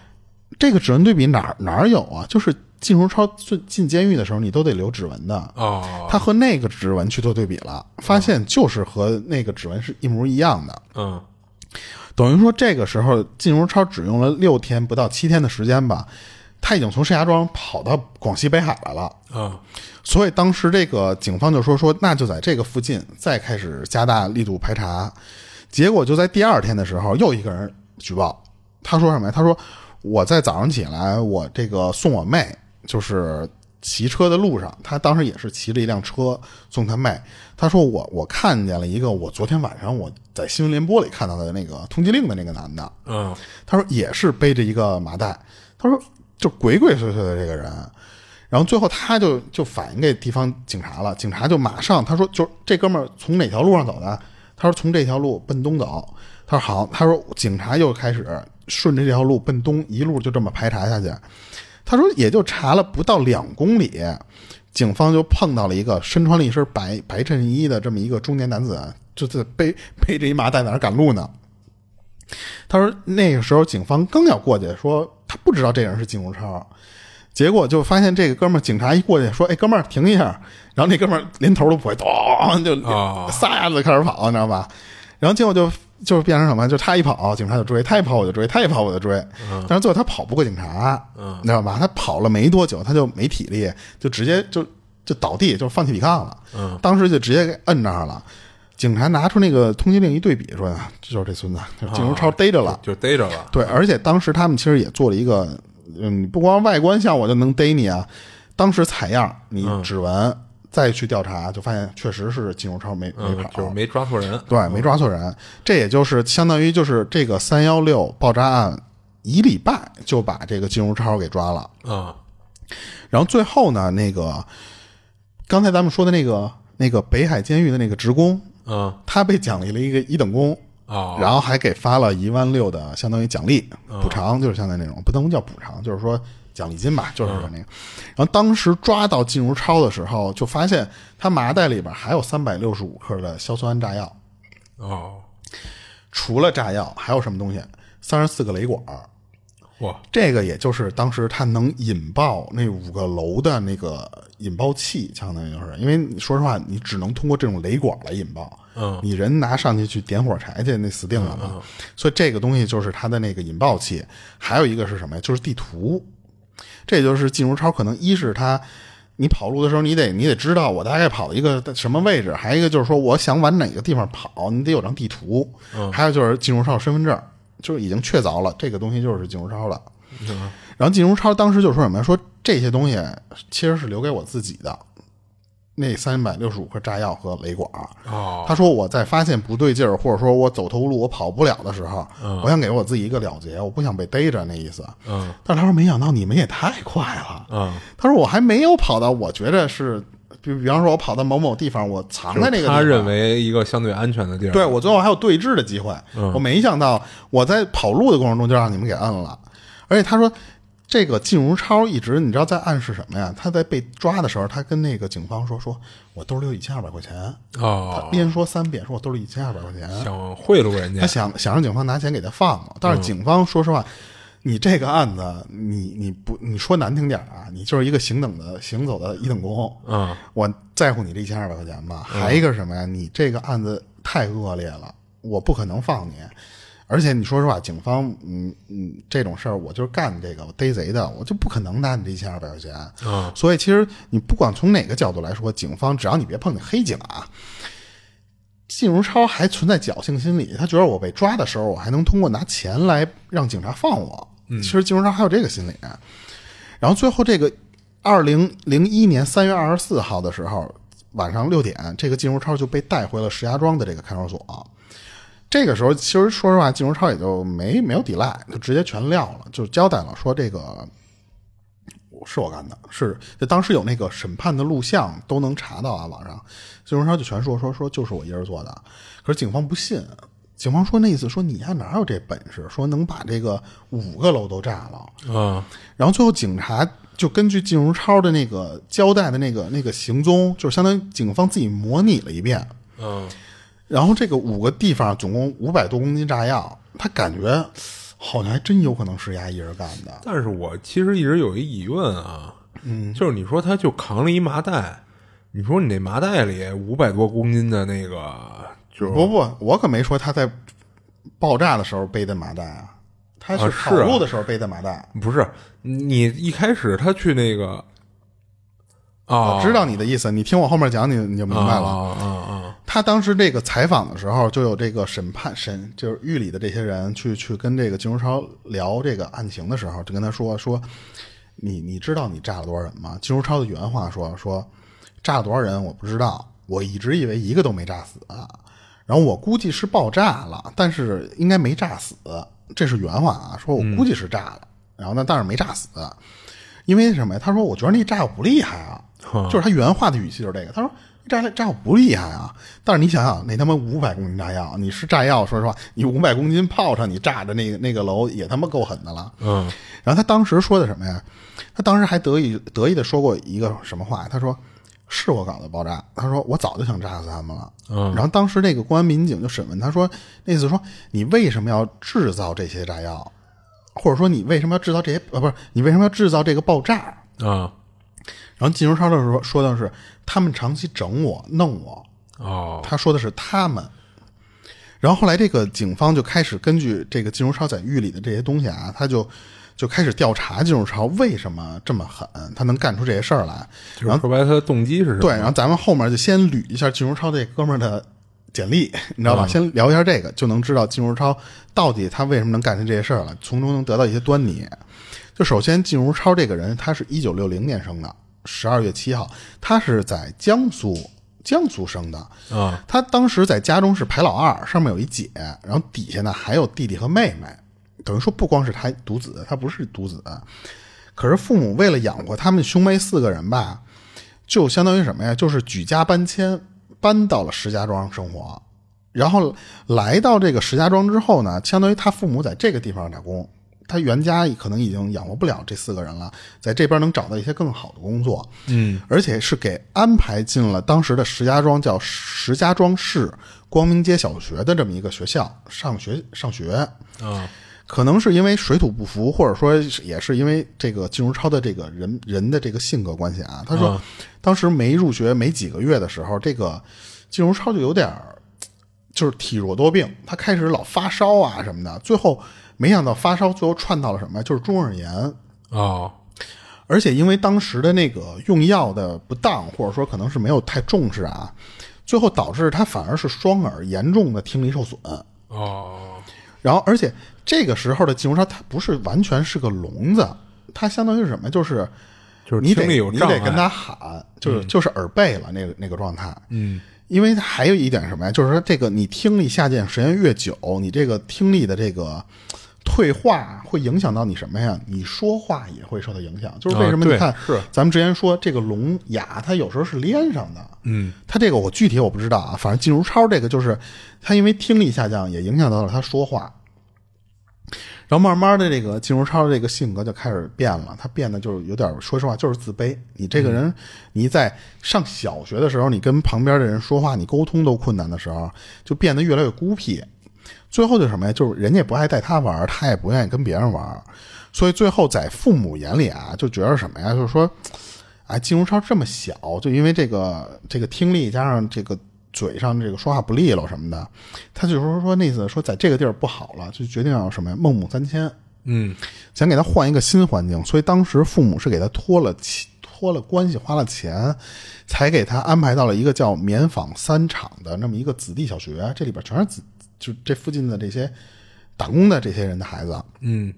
B: 这个指纹对比哪儿哪儿有啊？就是进如超进进监狱的时候，你都得留指纹的。
C: 啊
B: 他和那个指纹去做对比了，发现就是和那个指纹是一模一样的。
C: 嗯
B: 等于说这个时候，靳如超只用了六天不到七天的时间吧，他已经从石家庄跑到广西北海来了。
C: 啊
B: 所以当时这个警方就说说，那就在这个附近再开始加大力度排查。结果就在第二天的时候，又一个人举报，他说什么呀？他说我在早上起来，我这个送我妹，就是骑车的路上，他当时也是骑着一辆车送他妹。他说我我看见了一个我昨天晚上我在新闻联播里看到的那个通缉令的那个男的，
C: 嗯
B: 他说也是背着一个麻袋，他说就鬼鬼祟祟的这个人，然后最后他就就反映给地方警察了，警察就马上他说就这哥们儿从哪条路上走的？他说从这条路奔东走。他说好，他说警察又开始顺着这条路奔东，一路就这么排查下去。他说也就查了不到两公里，警方就碰到了一个身穿了一身白白衬衣的这么一个中年男子，啊就在背背着一麻袋在那儿赶路呢。他说那个时候警方刚要过去，说他不知道这人是金如超，结果就发现这个哥们儿，警察一过去说：“哎，哥们儿，停一下！”然后那哥们儿连头都不回，咚就
C: 哦
B: 撒丫子开始跑，你知道吧？然后结果就就变成什么？就他一跑，警察就追；他一跑我就追；他一跑我就追。
C: 嗯
B: 但是最后他跑不过警察，你知道吧？他跑了没多久，他就没体力，就直接就就倒地，就放弃抵抗了。
C: 嗯
B: 当时就直接给摁那儿了。警察拿出那个通缉令一对比，说：“啊，这就是这孙子，就是金如超逮着了。
C: 就逮着了。
B: 对，而且当时他们其实也做了一个，嗯，不光外观像我就能逮你啊，当时采样你
C: 嗯
B: 指纹、再去调查，就发现确实是金如超没没
C: 嗯
B: 跑，，
C: 就是没抓错人。
B: 对，没抓错人。这也就是相当于就是这个三幺六爆炸案一礼拜就把这个金如超给抓了。
C: 嗯，
B: 然后最后呢，那个刚才咱们说的那个那个北海监狱的那个职工，
C: 嗯，
B: 他被奖励了一个一等功。
C: 哦，
B: 然后还给发了一万六的相当于奖励补偿，就是相当于那种不能叫补偿，就是说奖励金吧，就是说那个。然后当时抓到靳如超的时候，就发现他麻袋里边还有三百六十五克的硝酸铵炸药，
C: 哦，
B: 除了炸药还有什么东西？三十四个雷管儿。
C: 哇，
B: 这个也就是当时他能引爆那五个楼的那个引爆器，相当于就是，因为你说实话，你只能通过这种雷管来引爆。
C: 嗯，
B: 你人拿上去去点火柴去，那死定了嘛。所以这个东西就是它的那个引爆器。还有一个是什么呀？就是地图。这也就是进入超可能一是他。你跑路的时候，你得你得知道我大概跑一个什么位置，还有一个就是说我想往哪个地方跑，你得有张地图。还有就是进入超身份证，就是已经确凿了，这个东西就是进入超了。然后靳如超当时就说什么呀？说这些东西其实是留给我自己的，那三百六十五颗炸药和雷管儿。
C: 哦，
B: 他说我在发现不对劲儿，或者说我走投无路，我跑不了的时候，我想给我自己一个了结，我不想被逮着那意思。
C: 嗯
B: 但是他说没想到你们也太快了。
C: 嗯，
B: 他说我还没有跑到，我觉着是，比比方说我跑到某某地方，我藏在那个地方，
C: 他认为一个相对安全的地儿。
B: 对我最后还有对峙的机会，我没想到我在跑路的过程中就让你们给摁了。而且他说，这个靳如超一直你知道在暗示什么呀？他在被抓的时候，他跟那个警方说：“说我兜里有一千二百块钱。”他
C: 哦，
B: 连说三遍，说我兜里一千二百块钱。
C: 想贿赂人家
B: 他。想想让警方拿钱给他放了，但是警方说实话，你这个案子，你你不你说难听点儿啊，你就是一个行等的行走的一等功。
C: 嗯，
B: 我在乎你这一千二百块钱吧。还一个是什么呀？你这个案子太恶劣了，我不可能放你。而且你说实话，警方，嗯嗯，这种事儿我就是干这个，我逮贼的，我就不可能拿你这一千二百块钱。
C: 嗯
B: 所以其实你不管从哪个角度来说，警方只要你别碰见黑警啊，靳如超还存在侥幸心理，他觉得我被抓的时候，我还能通过拿钱来让警察放我。其实靳如超还有这个心理。啊然后最后这个二零零一年三月二十四号的时候晚上六点，这个靳如超就被带回了石家庄的这个看守所。这个时候，其实说实话，靳如超也就没没有抵赖，就直接全撂了，就交代了说这个是我干的，是就当时有那个审判的录像都能查到啊，网上，金荣超就全说说说就是我一人做的，可是警方不信，警方说那意思说你呀哪有这本事，说能把这个五个楼都炸了，
C: 嗯
B: 然后最后警察就根据靳如超的那个交代的那个那个行踪，就是相当于警方自己模拟了一遍，
C: 嗯，
B: 然后这个五个地方总共五百多公斤炸药，他感觉好像还真有可能是丫一人干的，
C: 但是我其实一直有一疑问啊，嗯，就是你说他就扛了一麻袋，你说你那麻袋里五百多公斤的那个，就是
B: 不不，我可没说他在爆炸的时候背的麻袋啊，他
C: 啊
B: 是
C: 是
B: 跑
C: 啊
B: 路的时候背的麻袋。啊
C: 不是你一开始他去那个，哦，
B: 我知道你的意思，你听我后面讲，你你就明
C: 啊
B: 白了。
C: 啊啊
B: 他当时这个采访的时候，就有这个审判审就是狱里的这些人去去跟这个金如超聊这个案情的时候，就跟他说说，你你知道你炸了多少人吗？金如超的原话说说，炸了多少人我不知道，我一直以为一个都没炸死啊，然后我估计是爆炸了，但是应该没炸死，这是原话啊，说我估计是炸了，然后呢，但是没炸死，啊因为什么呀？他说我觉得那炸药不厉害啊，就是他原话的语气就是这个，他说炸药炸药不厉害啊，但是你想想，那他妈五百公斤炸药，你是炸药，说实话，你五百公斤炮仗，你炸着那个那个楼也他妈够狠的了。
C: 嗯
B: 然后他当时说的什么呀？他当时还得意得意的说过一个什么话？他说：“是我搞的爆炸。”他说：“我早就想炸死他们了。”
C: 嗯
B: 然后当时那个公安民警就审问他说：“那意思说你为什么要制造这些炸药，或者说你为什么要制造这些呃不是你为什么要制造这个爆炸？”
C: 啊
B: 然后金荣超的时候说的是他们长期整我弄我，
C: 哦
B: 他说的是他们。然后后来这个警方就开始根据这个金荣超在狱里的这些东西啊，他就就开始调查金荣超为什么这么狠，他能干出这些事儿来。
C: 就是说白了他的动机是什么？
B: 对，然后咱们后面就先捋一下金荣超这哥们儿的简历，你
C: 啊
B: 知道吧？先聊一下这个，就能知道金荣超到底他为什么能干成这些事儿了，从中能得到一些端倪。就首先，金荣超这个人，他是一九六零年生的，十二月七号，他是在江苏江苏生的。
C: 啊
B: 他当时在家中是排老二，上面有一姐，然后底下呢还有弟弟和妹妹，等于说不光是他独子，他不是独子。可是父母为了养活他们兄妹四个人吧，就相当于什么呀？就是举家搬迁，搬到了石家庄生活。然后来到这个石家庄之后呢，相当于他父母在这个地方打工，他原家可能已经养活不了这四个人了，在这边能找到一些更好的工作。嗯，而且是给安排进了当时的石家庄叫石家庄市光明街小学的这么一个学校上学上学。
C: 啊
B: 可能是因为水土不服，或者说也是因为这个金如超的这个人人的这个性格关系啊。他说，当时没入学没几个月的时候，这个金如超就有点儿就是体弱多病，他开始老发烧啊什么的，最后没想到发烧最后串到了什么呀，就是中耳炎。
C: 哦
B: 而且因为当时的那个用药的不当，或者说可能是没有太重视啊，最后导致他反而是双耳严重的听力受损。
C: 哦
B: 然后，而且这个时候的金融超，它不是完全是个聋子，它相当于是什么？就是
C: 就是
B: 你得
C: 听力有
B: 你
C: 障
B: 得
C: 碍
B: 跟他喊，就是、就是耳背了那个那个状态。
C: 嗯，
B: 因为还有一点什么呀？就是说这个你听力下降时间越久，你这个听力的这个退化会影响到你什么呀？你说话也会受到影响。就是为什么
C: 啊
B: 你
C: 对
B: 看，
C: 是
B: 咱们之前说这个聋哑，它有时候是连上的。
C: 嗯，
B: 他这个我具体我不知道啊，反正金如超这个就是他因为听力下降，也影响到了他说话。然后慢慢的，这个金如超的这个性格就开始变了，他变得就是有点，说实话就是自卑。你这个人，你在上小学的时候，你跟旁边的人说话，你沟通都困难的时候，就变得越来越孤僻。最后就是什么呀？就是人家也不爱带他玩，他也不愿意跟别人玩，所以最后在父母眼里啊，就觉得什么呀？就是说，哎，金如超这么小，就因为这个这个听力加上这个嘴上这个说话不利落什么的，他就说说那意思说在这个地儿不好了，就决定要什么呀？孟母三迁，
C: 嗯
B: 想给他换一个新环境，所以当时父母是给他托了亲托了关系，花了钱，才给他安排到了一个叫棉纺三厂的那么一个子弟小学，这里边全是子，就这附近的这些打工的这些人的孩子。
C: 嗯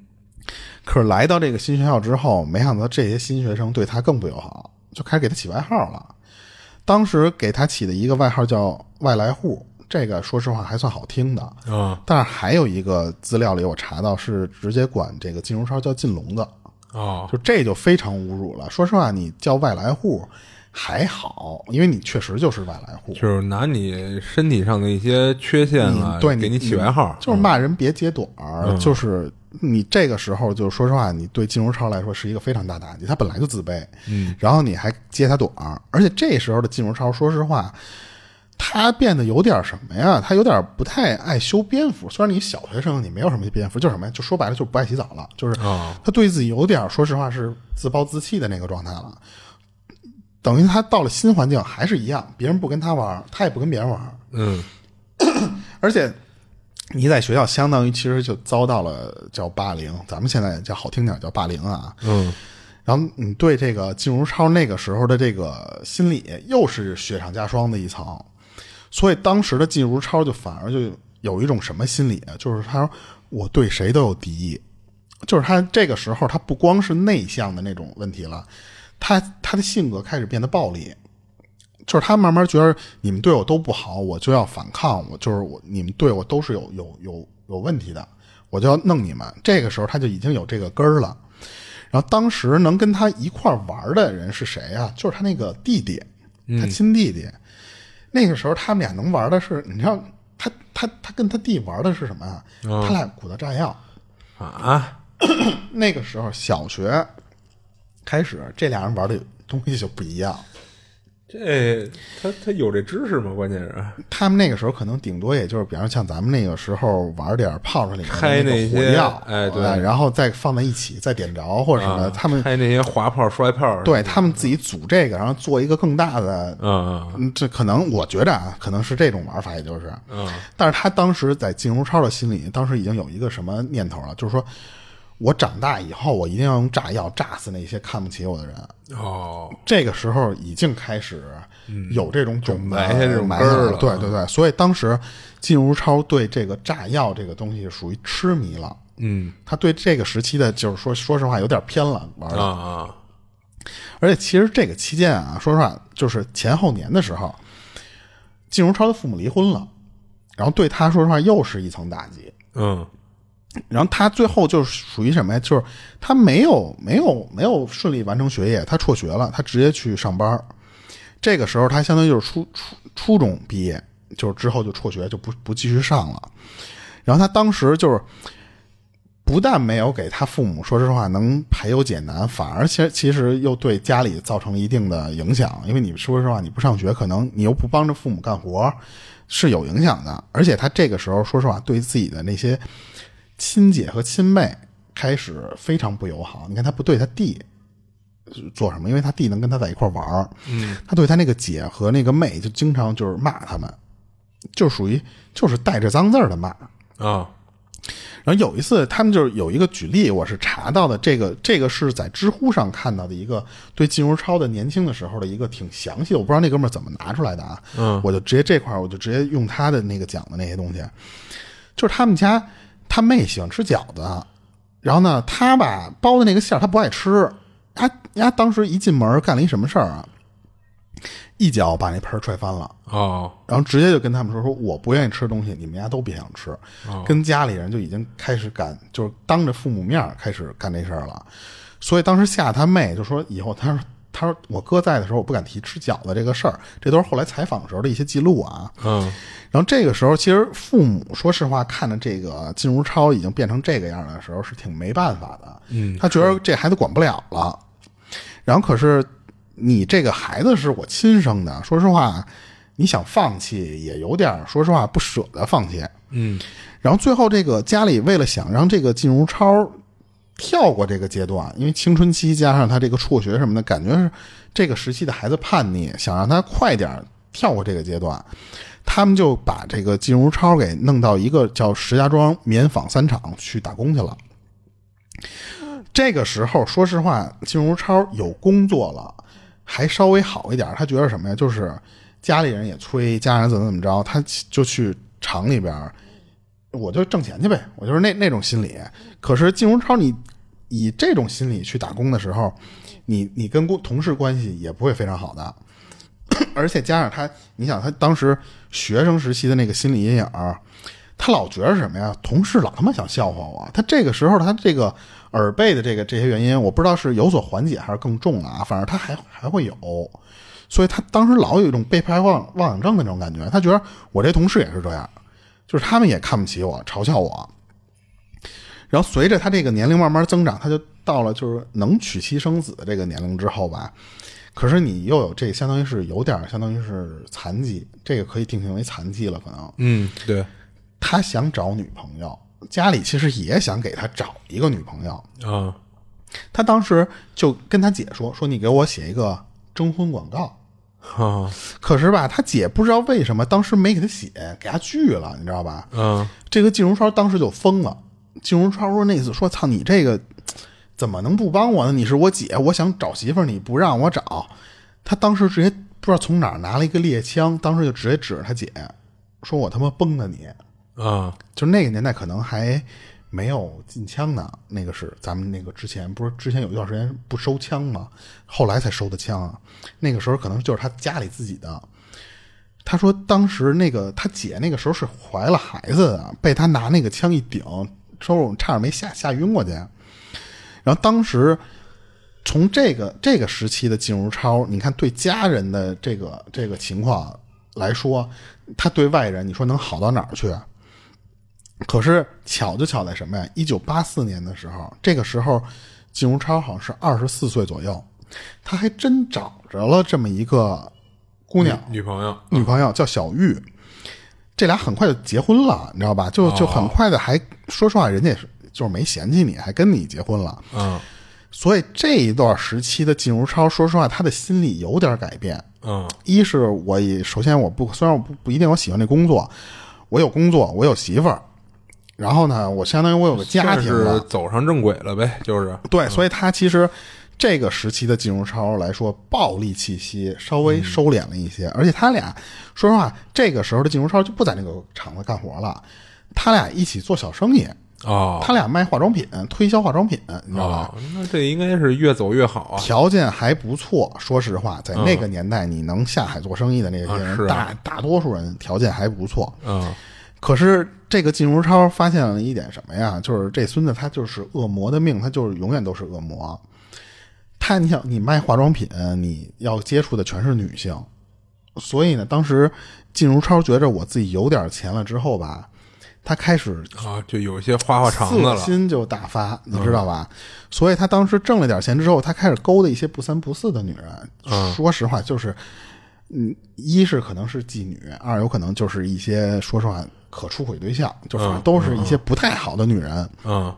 B: 可是来到这个新学校之后，没想到这些新学生对他更不友好，就开始给他起外号了。当时给他起的一个外号叫“外来户”，这个说实话还算好听的。
C: 啊
B: 但是还有一个资料里我查到是直接管这个金融超叫进笼子，
C: 哦
B: 就这就非常侮辱了。说实话，你叫外来户还好，因为你确实就是外来户。
C: 就是拿你身体上的一些缺陷啊，
B: 嗯对
C: 给你起外号，
B: 就是骂人别揭短儿，就是你这个时候就说实话，你对金融超来说是一个非常大打击，他本来就自卑，嗯，然后你还揭他短儿，而且这时候的金融超，说实话。他变得有点什么呀？他有点不太爱修边幅。虽然你小学生，你没有什么边幅，就是什么呀？就说白了，就是不爱洗澡了。就是
C: 啊
B: 他对自己有点，说实话是自暴自弃的那个状态了。等于他到了新环境还是一样，别人不跟他玩儿，他也不跟别人玩儿。
C: 嗯
B: 而且你在学校相当于其实就遭到了叫霸凌，咱们现在叫好听点叫霸凌啊。
C: 嗯
B: 然后你对这个金如超那个时候的这个心理又是雪上加霜的一层，所以当时的金如超就反而就有一种什么心理啊，就是他说我对谁都有敌意，就是他这个时候他不光是内向的那种问题了，他他的性格开始变得暴力，就是他慢慢觉得你们对我都不好，我就要反抗，我就是我你们对我都是有有有有问题的，我就要弄你们。这个时候他就已经有这个根儿了。然后当时能跟他一块儿玩儿的人是谁啊？就是他那个弟弟，他亲弟弟。那个时候他们俩能玩的是，你知道他他他跟他弟玩的是什么呀、他俩鼓捣炸药。
C: 啊，
B: 那个时候小学开始，这俩人玩的东西就不一样。
C: 这他他有这知识吗？关键是啊
B: 他们那个时候可能顶多也就是，比方说像咱们那个时候玩点炮仗里面的
C: 开
B: 那
C: 那
B: 个火
C: 些
B: 药，
C: 哎对嗯
B: 然后再放在一起，再点着或者什么的。呃他们
C: 开那些滑炮、摔炮，
B: 对他们自己组这个，然后做一个更大的
C: 嗯，
B: 嗯，这可能我觉着啊，可能是这种玩法，也就是，嗯，但是他当时在靳如超的心里，当时已经有一个什么念头了，就是说我长大以后，我一定要用炸药炸死那些看不起我的人。
C: 嗯哦，
B: 这个时候已经开始有这种种子
C: 埋下这嗯种
B: 埋
C: 根儿
B: 下
C: 了
B: 对对对，所以当时靳如超对这个炸药这个东西属于痴迷了，
C: 嗯
B: 他对这个时期的，就是说说实话有点偏了玩的
C: 啊啊，
B: 而且其实这个期间啊，说实话，就是前后年的时候，靳如超的父母离婚了，然后对他说实话又是一层打击。
C: 嗯
B: 然后他最后就是属于什么呀？就是他没有没有没有顺利完成学业，他辍学了，他直接去上班儿。这个时候他相当于就是初初初中毕业，就是之后就辍学，就不不继续上了。然后他当时就是不但没有给他父母说实话能排忧解难，反而其实其实又对家里造成了一定的影响。因为你说实话，你不上学，可能你又不帮着父母干活，是有影响的。而且他这个时候说实话，对自己的那些亲姐和亲妹开始非常不友好。你看他不对他弟。做什么？因为他弟能跟他在一块玩儿，嗯，他对他那个姐和那个妹就经常就是骂他们，就属于就是带着脏字儿的骂，
C: 啊
B: 然后有一次，他们就是有一个举例，我是查到的，这个这个是在知乎上看到的一个对靳如超的年轻的时候的一个挺详细的，我不知道那哥们儿怎么拿出来的啊。嗯，我就直接这块儿，我就直接用他的那个讲的那些东西，就是他们家他妹喜欢吃饺子，啊然后呢，他吧包的那个馅儿他不爱吃，他他当时一进门干了一什么事儿啊？一脚把那盆儿踹翻了。
C: 哦
B: 然后直接就跟他们说：“说我不愿意吃东西，你们家都别想吃。跟家里人就已经开始干，就是当着父母面儿开始干这事儿了。所以当时吓他妹，就说以后他说他说我哥在的时候，我不敢提吃饺子这个事儿，这都是后来采访的时候的一些记录啊。
C: 嗯
B: 然后这个时候，其实父母说实话，看着这个靳如超已经变成这个样儿的时候，是挺没办法的。嗯，他觉得这孩子管不了了。然后可是你这个孩子是我亲生的，说实话，你想放弃也有点儿，说实话不舍得放弃。
C: 嗯
B: 然后最后这个家里为了想让这个靳如超跳过这个阶段，因为青春期加上他这个辍学什么的，感觉是这个时期的孩子叛逆，想让他快点儿跳过这个阶段，他们就把这个靳如超给弄到一个叫石家庄棉纺三厂去打工去了。这个时候，说实话，靳如超有工作了，还稍微好一点。他觉得什么呀？就是家里人也催，家人怎么怎么着，他就去厂里边儿，我就挣钱去呗，我就是那那种心理。可是靳如超，你以这种心理去打工的时候，你你跟工同事关系也不会非常好的，而且加上他，你想他当时学生时期的那个心理阴影儿，他老觉着什么呀？同事老他妈想笑话我。他这个时候他这个耳背的这个这些原因，我不知道是有所缓解还是更重了啊，反正他还还会有。所以他当时老有一种被拍妄妄想症的那种感觉，他觉得我这同事也是这样，就是他们也看不起我，嘲笑我。然后随着他这个年龄慢慢增长，他就到了就是能娶妻生子的这个年龄之后吧。可是你又有这相当于是有点儿相当于是残疾，这个可以定性为残疾了，可能。
C: 嗯，对
B: 他想找女朋友，家里其实也想给他找一个女朋友。
C: 啊
B: 他当时就跟他姐说：“说你给我写一个征婚广告。
C: 啊”
B: 可是吧，他姐不知道为什么当时没给他写，给他拒了，你知道吧？
C: 嗯
B: 这个靳如超当时就疯了。靳如超说那次说：“操你这个怎么能不帮我呢？你是我姐，我想找媳妇儿，你不让我找。”他当时直接不知道从哪儿拿了一个猎枪，当时就直接指着他姐说：“我他妈崩了你！”
C: 啊
B: 就那个年代可能还没有禁枪呢，那个是咱们那个之前不是之前有一段时间不收枪吗？后来才收的枪啊。那个时候可能就是他家里自己的。他说当时那个他姐那个时候是怀了孩子的，被他拿那个枪一顶，之后差点没吓吓晕过去。然后当时从这个这个时期的靳如超，你看对家人的这个这个情况，来说，他对外人你说能好到哪儿去啊？可是巧就巧在什么呀？一九八四年的时候，这个时候金荣超好像是二十四岁左右，他还真找着了这么一个姑娘，
C: 女朋友，
B: 女朋友叫小玉，这俩很快就结婚了，你知道吧？就就很快的还，说实话，人家也是就是没嫌弃你，还跟你结婚了。
C: 嗯
B: 所以这一段时期的靳如超，说实话，他的心理有点改变。
C: 嗯
B: 一是我也首先我不虽然我不不一定我喜欢这工作，我有工作，我有媳妇儿，然后呢，我相当于我有个家
C: 算
B: 庭
C: 是
B: 了。
C: 走上正轨了呗，就是
B: 对，所以他其实这个时期的靳如超来说，暴力气息稍
C: 嗯
B: 微收敛了一些，而且他俩说实话，这个时候的靳如超就不在那个厂子干活了，他俩一起做小生意，
C: 哦
B: 他俩卖化妆品，推销化妆品，你知道吧？
C: 哦，那这应该是越走越好啊，
B: 条件还不错，说实话，在那个年代，你能下海做生意的那些人，
C: 嗯啊是啊
B: 大大多数人条件还不错。
C: 嗯
B: 可是这个靳如超发现了一点什么呀？就是这孙子他就是恶魔的命，他就是永远都是恶魔。他，你想，你卖化妆品，你要接触的全是女性，所以呢，当时靳如超觉着我自己有点钱了之后吧，他开始
C: 啊，就有一些花花肠子
B: 色
C: 了，
B: 心就大发，你知道吧？所以他当时挣了点钱之后，他开始勾搭一些不三不四的女人。说实话，就是，嗯，一是可能是妓女，二有可能就是一些说实话可出轨对象，就反正都是一些不太好的女人。
C: 嗯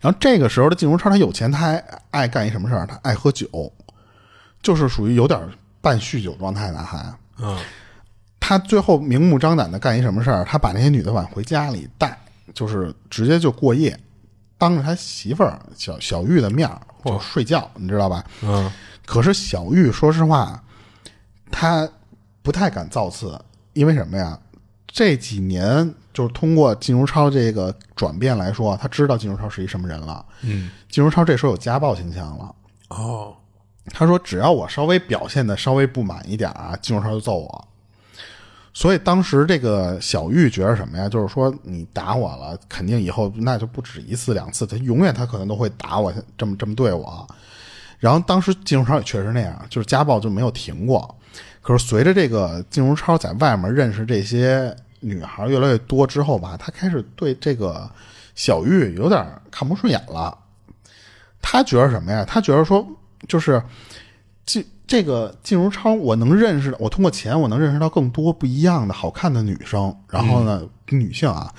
B: 然后这个时候的靳如超，他有钱，他还爱干一什么事儿？他爱喝酒，就是属于有点半酗酒状态的，还。
C: 嗯
B: 他最后明目张胆的干一什么事儿？他把那些女的往回家里带，就是直接就过夜，当着他媳妇儿小小玉的面儿就睡觉，你知道吧？
C: 嗯
B: 可是小玉说实话，她不太敢造次，因为什么呀？这几年就是通过金如超这个转变来说，他知道金如超是一什么人了。
C: 嗯，
B: 金如超这时候有家暴倾向了。
C: 哦
B: 他说只要我稍微表现的稍微不满一点啊，金如超就揍我。所以当时这个小玉觉得什么呀？就是说你打我了，肯定以后那就不止一次两次，他永远他可能都会打我，这么这么对我。然后当时金如超也确实那样，就是家暴就没有停过。可是随着这个金如超在外面认识这些女孩越来越多之后吧，他开始对这个小玉有点看不顺眼了。他觉得什么呀？他觉得说就是这这个靳如超，我能认识，我通过钱我能认识到更多不一样的好看的女生，然后呢，
C: 嗯
B: 女性啊，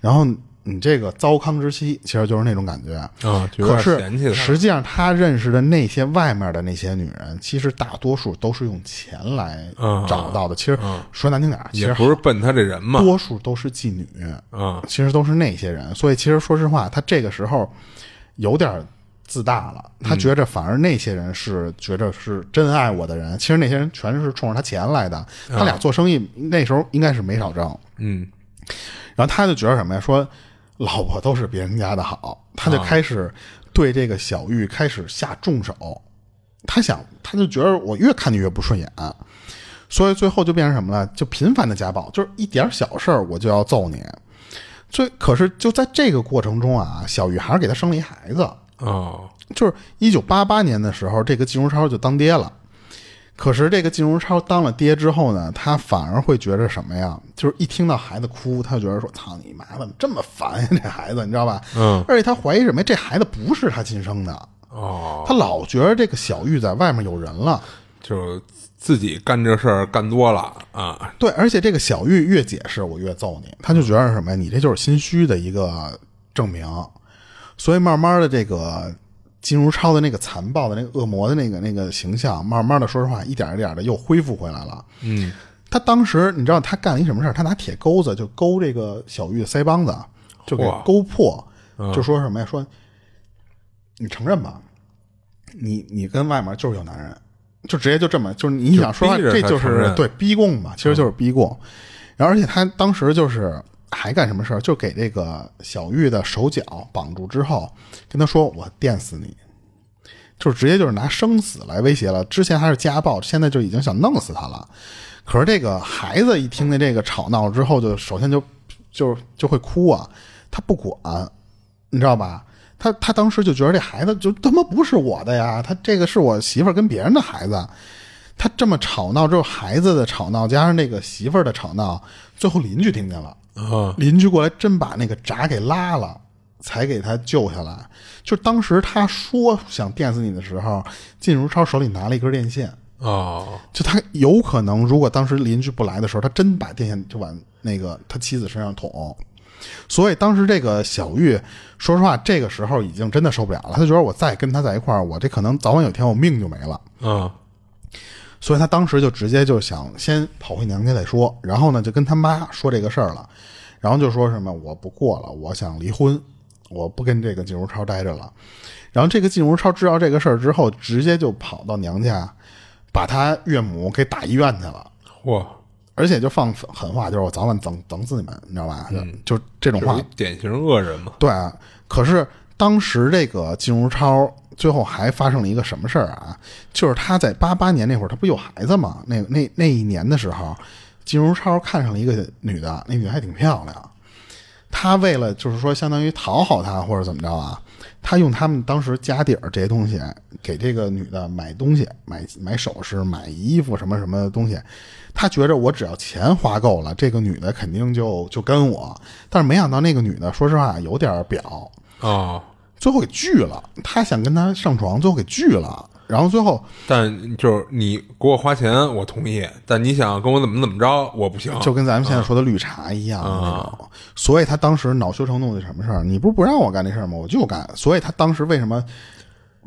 B: 然后你这个糟糠之妻，其实就是那种感觉。
C: 啊，就有
B: 可
C: 点
B: 是
C: 嫌弃他，
B: 实际上，他认识的那些外面的那些女人，其实大多数都是用钱来
C: 嗯
B: 找到的。其实说难听点儿，其
C: 也
B: 实
C: 不是奔他这人嘛，
B: 多数都是妓女。
C: 啊
B: 其实都是那些人，所以其实说实话，他这个时候有点自大了，他觉着反而那些人是觉着是真爱我的人，其实那些人全是冲着他钱来的，他俩做生意那时候应该是没少挣，
C: 嗯
B: 然后他就觉得什么呀？说老婆都是别人家的好，他就开始对这个小玉开始下重手。他想，他就觉得我越看你越不顺眼，所以最后就变成什么了？就频繁的家暴，就是一点小事儿我就要揍你。最可是就在这个过程中啊，小玉还是给他生了一孩子，
C: 哦
B: 就是一九八八年的时候，这个金如超就当爹了。可是这个金如超当了爹之后呢，他反而会觉着什么呀？就是一听到孩子哭，他就觉得说：“操你妈，怎么这么烦呀、这孩子，你知道吧？”
C: 嗯。
B: 而且他怀疑什么呀？这孩子不是他亲生的，
C: 哦，
B: 他老觉着这个小玉在外面有人了。
C: 就自己干这事儿干多了啊，
B: 对，而且这个小玉越解释我越揍你，他就觉得是什么呀？你这就是心虚的一个证明。所以慢慢的，这个金如超的那个残暴的那个恶魔的那个那个形象，慢慢的，说实话，一点一点的又恢复回来了。
C: 嗯，
B: 他当时你知道他干了一什么事儿？他拿铁钩子就勾这个小玉的腮帮子，就给
C: 嚯嗯
B: 勾破，就说什么呀？说你承认吧，你你跟外面就是有男人，就直接就这么，就是你想说话，
C: 就
B: 这
C: 逼着他
B: 就
C: 承
B: 是
C: 认嗯
B: 对逼供嘛，其实就是逼供。然后而且他当时就是还干什么事儿？就给这个小玉的手脚绑住之后，跟他说：“我电死你。”就是直接就是拿生死来威胁了，之前还是家暴，现在就已经想弄死他了。可是这个孩子一听见这个吵闹之后，就首先就就就会哭啊，他不管，你知道吧？他他当时就觉得这孩子就他妈不是我的呀，他这个是我媳妇儿跟别人的孩子。他这么吵闹之后，孩子的吵闹加上那个媳妇儿的吵闹，最后邻居听见了，
C: 啊，
B: 邻居过来真把那个闸给拉了，才给他救下来。就当时他说想电死你的时候，靳如超手里拿了一根电线，
C: 哦，
B: 就他有可能，如果当时邻居不来的时候，他真把电线就往那个他妻子身上捅。所以当时这个小玉，说实话，这个时候已经真的受不了了。他就觉得我再跟他在一块儿，我这可能早晚有一天我命就没了。
C: 啊，
B: 所以他当时就直接就想先跑回娘家再说，然后呢就跟他妈说这个事儿了，然后就说什么我不过了，我想离婚，我不跟这个靳如超待着了。然后这个靳如超知道这个事儿之后，直接就跑到娘家，把他岳母给打医院去了，
C: 嚯，
B: 而且就放狠话，就是我早晚整整死你们，你知道吧？就就这种
C: 这
B: 话
C: 是一典型恶人嘛，
B: 对啊，可是当时这个金如超最后还发生了一个什么事儿啊？就是他在八八年那会儿，他不有孩子嘛？那那那一年的时候，金如超看上了一个女的，那女的还挺漂亮。他为了就是说，相当于讨好她或者怎么着啊，他用他们当时家底儿这些东西给这个女的买东西，买买首饰、买衣服什么什么东西。他觉着我只要钱花够了，这个女的肯定就就跟我。但是没想到那个女的，说实话有点表，
C: 啊，
B: 最后给拒了。他想跟他上床，最后给拒了。然后最后
C: 但就是你给我花钱，我同意，但你想跟我怎么怎么着，我不行，
B: 就跟咱们现在说的绿茶一样那
C: 啊
B: 种。所以他当时恼羞成怒的什么事儿？你不是不让我干这事儿吗？我就干。所以他当时为什么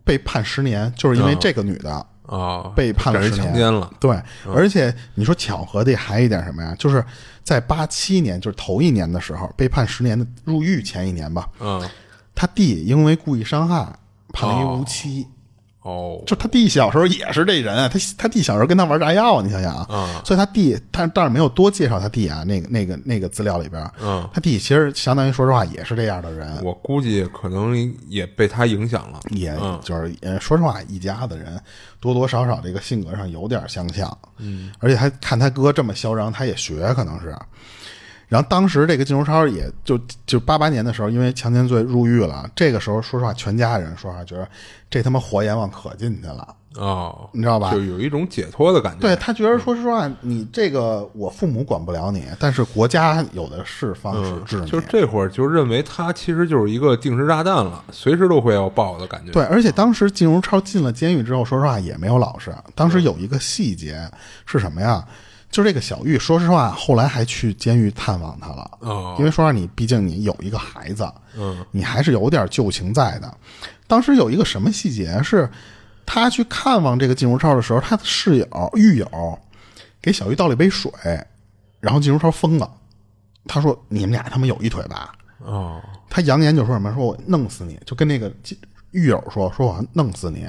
B: 被判十年，就是因为这个女的。
C: 啊，
B: 被判了
C: 让人
B: 十年
C: 强奸了，
B: 对，而且你说巧合的还有一点什么呀？就是在八七年，就是头一年的时候，被判十年的入狱前一年吧，
C: 嗯，
B: 他弟因为故意伤害判了一无期。
C: 哦，
B: 就他弟小时候也是这人啊，他他弟小时候跟他玩炸药，你想想啊，
C: 嗯
B: 所以他弟，但但是没有多介绍他弟啊，那个那个那个资料里边，
C: 嗯
B: 他弟其实相当于说实话也是这样的人，
C: 我估计可能也被他影响了，
B: 也就是呃，说实话，一家子人多多少少这个性格上有点相像，嗯，而且还看他哥这么嚣张，他也学可能是。然后当时这个金如超也就就八八年的时候，因为强奸罪入狱了。这个时候，说实话，全家人说实话觉得这他妈活阎王可进去了，
C: 哦，
B: 你知道吧
C: 就？有一种解脱的感觉，
B: 对他觉得说实话，你这个我父母管不了你，但是国家有的嗯是方式治你。
C: 嗯就是这会儿就认为他其实就是一个定时炸弹了，随时都会要爆的感觉。
B: 对，，而且当时金如超进了监狱之后，说实话也没有老实。当时有一个细节是什么呀？就这个小玉，说实话，后来还去监狱探望他了。
C: 哦
B: 因为说实话，你毕竟你有一个孩子，
C: 嗯，
B: 你还是有点旧情在的。当时有一个什么细节是，他去看望这个金如超的时候，他的室友狱友给小玉倒了一杯水，然后金如超疯了，他说：“你们俩他妈有一腿吧？”
C: 哦，
B: 他扬言就说什么，说我弄死你，就跟那个狱友说，说我要弄死你。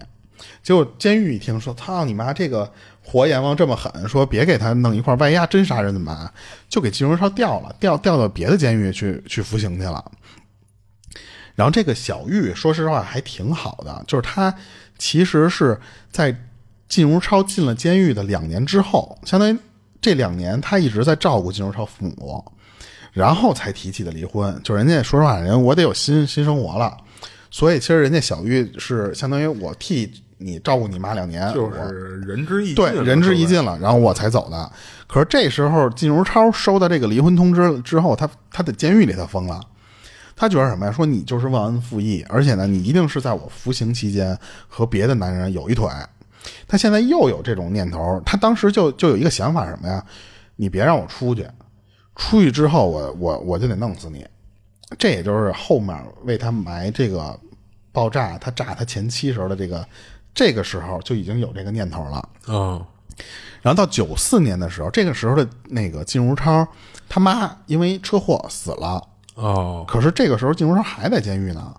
B: 结果监狱一听说，操你妈，这个活阎王这么狠，说别给他弄一块儿，万一他真杀人怎么办？就给金荣超调了，调调到别的监狱去去服刑去了。然后这个小玉，说实话还挺好的，就是她其实是在靳如超进了监狱的两年之后，相当于这两年她一直在照顾靳如超父母，然后才提起的离婚。就人家说实话，人我得有新新生活了，所以其实人家小玉是相当于我替你照顾你妈两年，
C: 就
B: 哎我
C: 是人之义尽了
B: 对，人之一。
C: 是吧
B: 尽了，然后我才走的。可是这时候，靳如超收到这个离婚通知之后，他他在监狱里他疯了，他觉得什么呀？说你就是忘恩负义，而且呢，你一定是在我服刑期间和别的男人有一腿。他现在又有这种念头，他当时就就有一个想法什么呀？你别让我出去，出去之后我我我就得弄死你。这也就是后面为他埋这个爆炸，他炸他前妻时候的这个，这个时候就已经有这个念头了。
C: 嗯，
B: 然后到九四年的时候，这个时候的那个靳如超他妈因为车祸死了，
C: 哦，
B: 可是这个时候靳如超还在监狱呢。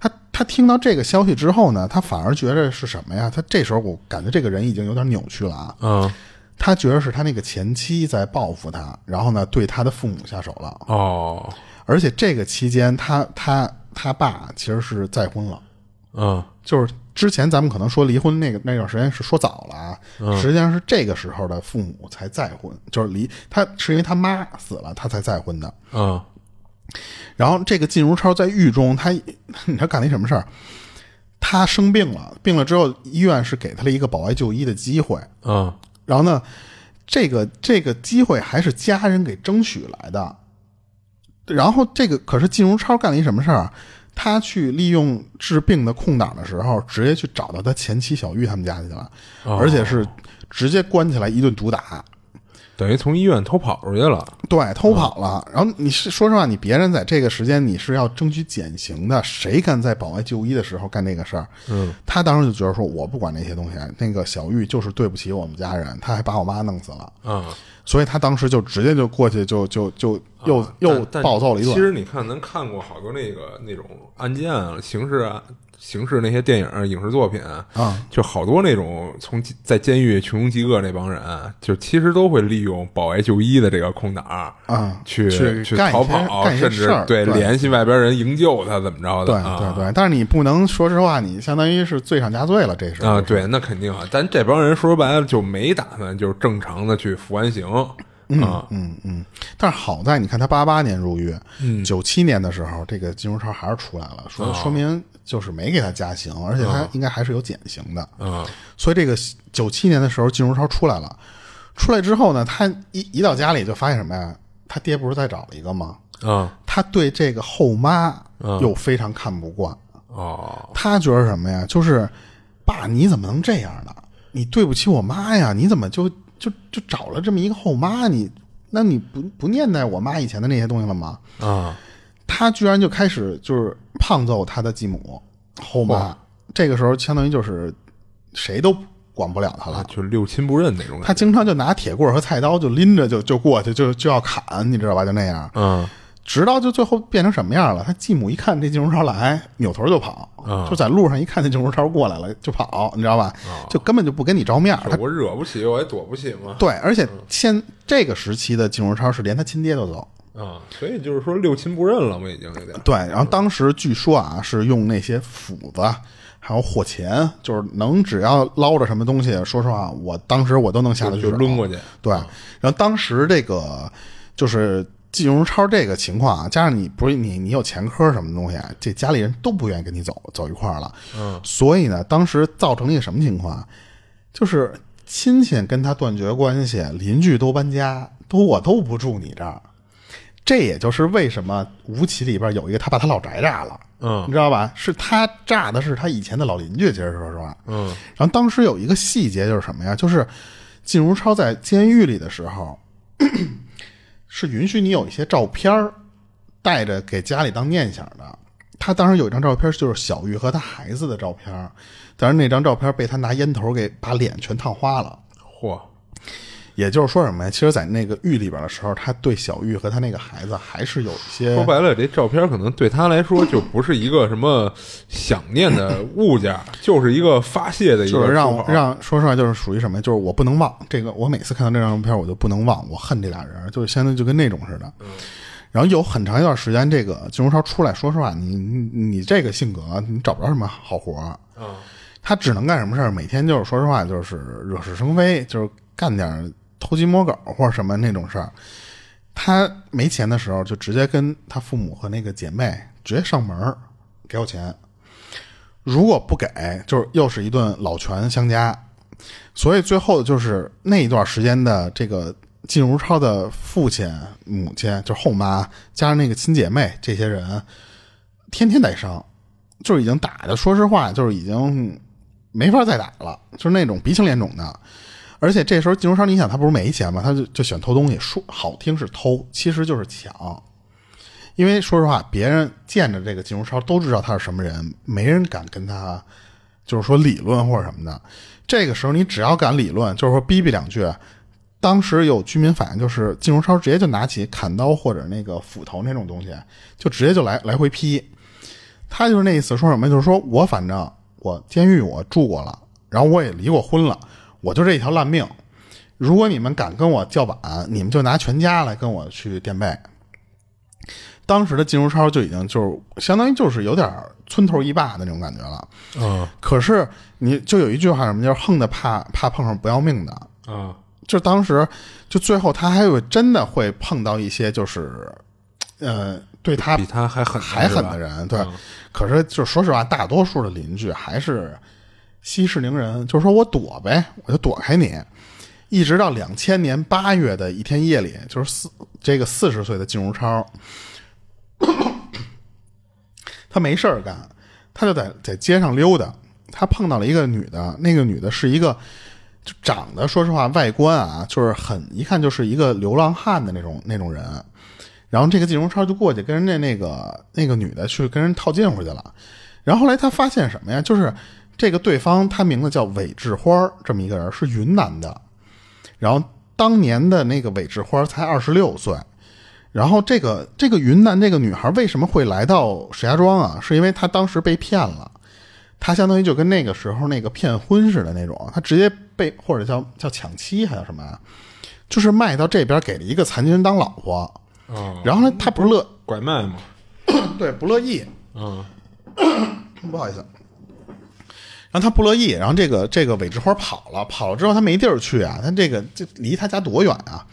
B: 他他听到这个消息之后呢，他反而觉得是什么呀？他这时候我感觉这个人已经有点扭曲了啊。
C: 嗯，
B: 他觉得是他那个前妻在报复他，然后呢对他的父母下手了。
C: 哦，
B: 而且这个期间，他他他爸其实是再婚了。
C: 嗯，
B: 就是之前咱们可能说离婚那个那段时间是说早了啊，实际上是这个时候的父母才再婚，就是离他是因为他妈死了他才再婚的。
C: 嗯，
B: [LAUGHS] 然后这个靳如超在狱中，他你知道干了一什么事儿？他生病了，病了之后，医院是给他了一个保外就医的机会。
C: 啊
B: 然后呢，这个这个机会还是家人给争取来的。然后这个可是靳如超干了一什么事儿？啊他去利用治病的空档的时候，直接去找到他前妻小玉他们家去了，而且是直接关起来一顿毒打，
C: 等于从医院偷跑出去了。
B: 对，偷跑了。然后你是说实话，你别人在这个时间你是要争取减刑的，谁敢在保外就医的时候干这个事儿？嗯，他当时就觉得说，我不管那些东西，那个小玉就是对不起我们家人，他还把我妈弄死了。
C: 啊，
B: 所以他当时就直接就过去就，就就又、又
C: 啊但但
B: 暴揍了一
C: 其
B: 顿。
C: 实你看，咱看过好多那个那种案件啊、刑事啊、刑事那些电影、影视作品啊，就好多那种从监在监狱穷凶极恶那帮人啊，就其实都会利用保外就医的这个空档
B: 啊
C: 去
B: 去干一
C: 逃
B: 些
C: 跑，
B: 干一些
C: 甚至
B: 事儿
C: 对
B: 对
C: 联系外边人营救他，怎么着
B: 对
C: 的？
B: 对
C: 啊
B: 对，但是你不能说实话，你相当于是罪上加罪了，这是
C: 啊，对，那肯定啊，咱这帮人说白了就没打算就是正常的去服完刑啊，
B: 嗯嗯，但是好在你看他八八年入狱，
C: 嗯
B: 九七、年的时候，这个金融超还是出来了，说、
C: 啊
B: 说明就是没给他加刑，而且他应该还是有减刑的。
C: 啊
B: 所以这个九七年的时候，金融超出来了，出来之后呢，他一一到家里就发现什么呀？他爹不是再找了一个吗？
C: 啊
B: 他对这个后妈又非常看不惯，
C: 哦，
B: 他觉得什么呀？就是爸，你怎么能这样呢？你对不起我妈呀！你怎么就就就找了这么一个后妈？你那你不不念叨我妈以前的那些东西了吗？
C: 啊
B: 他居然就开始就是胖揍他的继母后妈，这个时候相当于就是谁都管不了他
C: 啊
B: 了。，
C: 就六亲不认那种感
B: 他
C: 觉，
B: 经常就拿铁棍儿和菜刀就拎着就就过去就就要砍，你知道吧？就那样，
C: 嗯
B: 直到就最后变成什么样了？他继母一看这金融超来，扭头就跑，
C: 嗯
B: 就在路上一看那金融超过来了就跑，你知道吧？就根本就不跟你着面儿。
C: 就
B: 他
C: 我嗯惹不起，我也躲不起嘛。
B: 对，而且现这个时期的金融超是连他亲爹都走。
C: 啊，所以就是说六亲不认了嘛，已经有点。
B: 对，然后当时据说啊是用那些斧子。还有火钳，就是能只要捞着什么东西，说实话，我当时我都能下得去哦
C: 就
B: 手
C: 抡过去
B: 对，然后当时这个就是季荣超这个情况啊，加上你不是你你有前科什么东西啊，这家里人都不愿意跟你走走一块儿了。嗯，所以呢，当时造成了一个什么情况啊？就是亲戚跟他断绝关系，邻居都搬家，都我都不住你这儿。这也就是为什么吴起里边有一个他把他老宅炸了。
C: 嗯
B: 你知道吧？是他炸的是他以前的老邻居，其实说实话，嗯。然后当时有一个细节就是什么呀？就是靳如超在监狱里的时候， [CLEARS THROAT] 是允许你有一些照片儿带着给家里当念想的。他当时有一张照片，就是小玉和他孩子的照片儿，但是那张照片被他拿烟头给把脸全烫花了。
C: 嚯，
B: 也就是说什么呀？其实，在那个狱里边的时候，他对小玉和他那个孩子还是有一些
C: 说白了，这照片可能对他来说就不是一个什么想念的物件，就是一个发泄的一
B: 就
C: 个
B: 是让
C: 出
B: 我
C: 口
B: 让说实话，就是属于什么呀？就是我不能忘这个，我每次看到这张照片，我就不能忘，我恨这俩人，就是相当于就跟那种似的。
C: 嗯
B: 然后有很长一段时间，这个金荣超出来，说实话，你你你这个性格，你找不着什么好活儿。
C: 嗯
B: 他只能干什么事儿？每天就是说实话，就是惹是生非，就是干点儿偷鸡摸狗或者什么那种事儿。他没钱的时候，就直接跟他父母和那个姐妹直接上门儿给我钱。如果不给，就是又是一顿老拳相加。所以最后就是那一段时间的这个靳如超的父亲、母亲，就是后妈，加上那个亲姐妹这些人，天天在伤，就是已经打的，说实话，就是已经没法再打了，就是那种鼻青脸肿的。而且这时候靳如超，你想他不是没钱吗？他就就喜欢偷东西，说好听是偷，其实就是抢。因为说实话，别人见着这个金融超都知道他是什么人，没人敢跟他就是说理论或者什么的。这个时候，你只要敢理论，就是说逼逼两句。当时有居民反映，就是金融超直接就拿起砍刀或者那个斧头那种东西，就直接就来来回劈。他就是那意思，说什么就是说我反正我监狱我住过了，然后我也离过婚了，我就这一条烂命。如果你们敢跟我叫板，你们就拿全家来跟我去垫背。当时的金如超就已经就是相当于就是有点儿村头一霸的那种感觉了。
C: 啊
B: 可是你就有一句话什么，就是横的怕怕碰上不要命的。
C: 啊
B: 就当时就最后他还会真的会碰到一些就是，呃，对他
C: 比他还狠
B: 还狠的
C: 是吧
B: 人，对。
C: 嗯
B: 可是就说实话，大多数的邻居还是息事宁人，就是说我躲呗，我就躲开你。一直到两千年八月的一天夜里，就是四这个四十岁的靳如超，他没事儿干，他就在在街上溜达，他碰到了一个女的，那个女的是一个就长得说实话外观啊，就是很一看就是一个流浪汉的那种那种人。然后这个靳荣超就过去跟人家那个那个女的去跟人套近乎去了。然后后来他发现什么呀？就是这个对方他名字叫韦志花儿，这么一个人是云南的。然后当年的那个韦志花儿才二十六岁。然后这个这个云南这个女孩为什么会来到石家庄啊？是因为她当时被骗了，她相当于就跟那个时候那个骗婚似的那种，她直接被或者叫叫抢妻还叫什么啊？就是卖到这边给了一个残疾人当老婆。
C: 哦，
B: 然后呢，他不乐，
C: 拐卖嘛，
B: 嗯对，不乐意，
C: 嗯，
B: [COUGHS] 不好意思。然后他不乐意，然后这个这个韦志花跑了，跑了之后他没地儿去啊，他这个这离他家多远啊？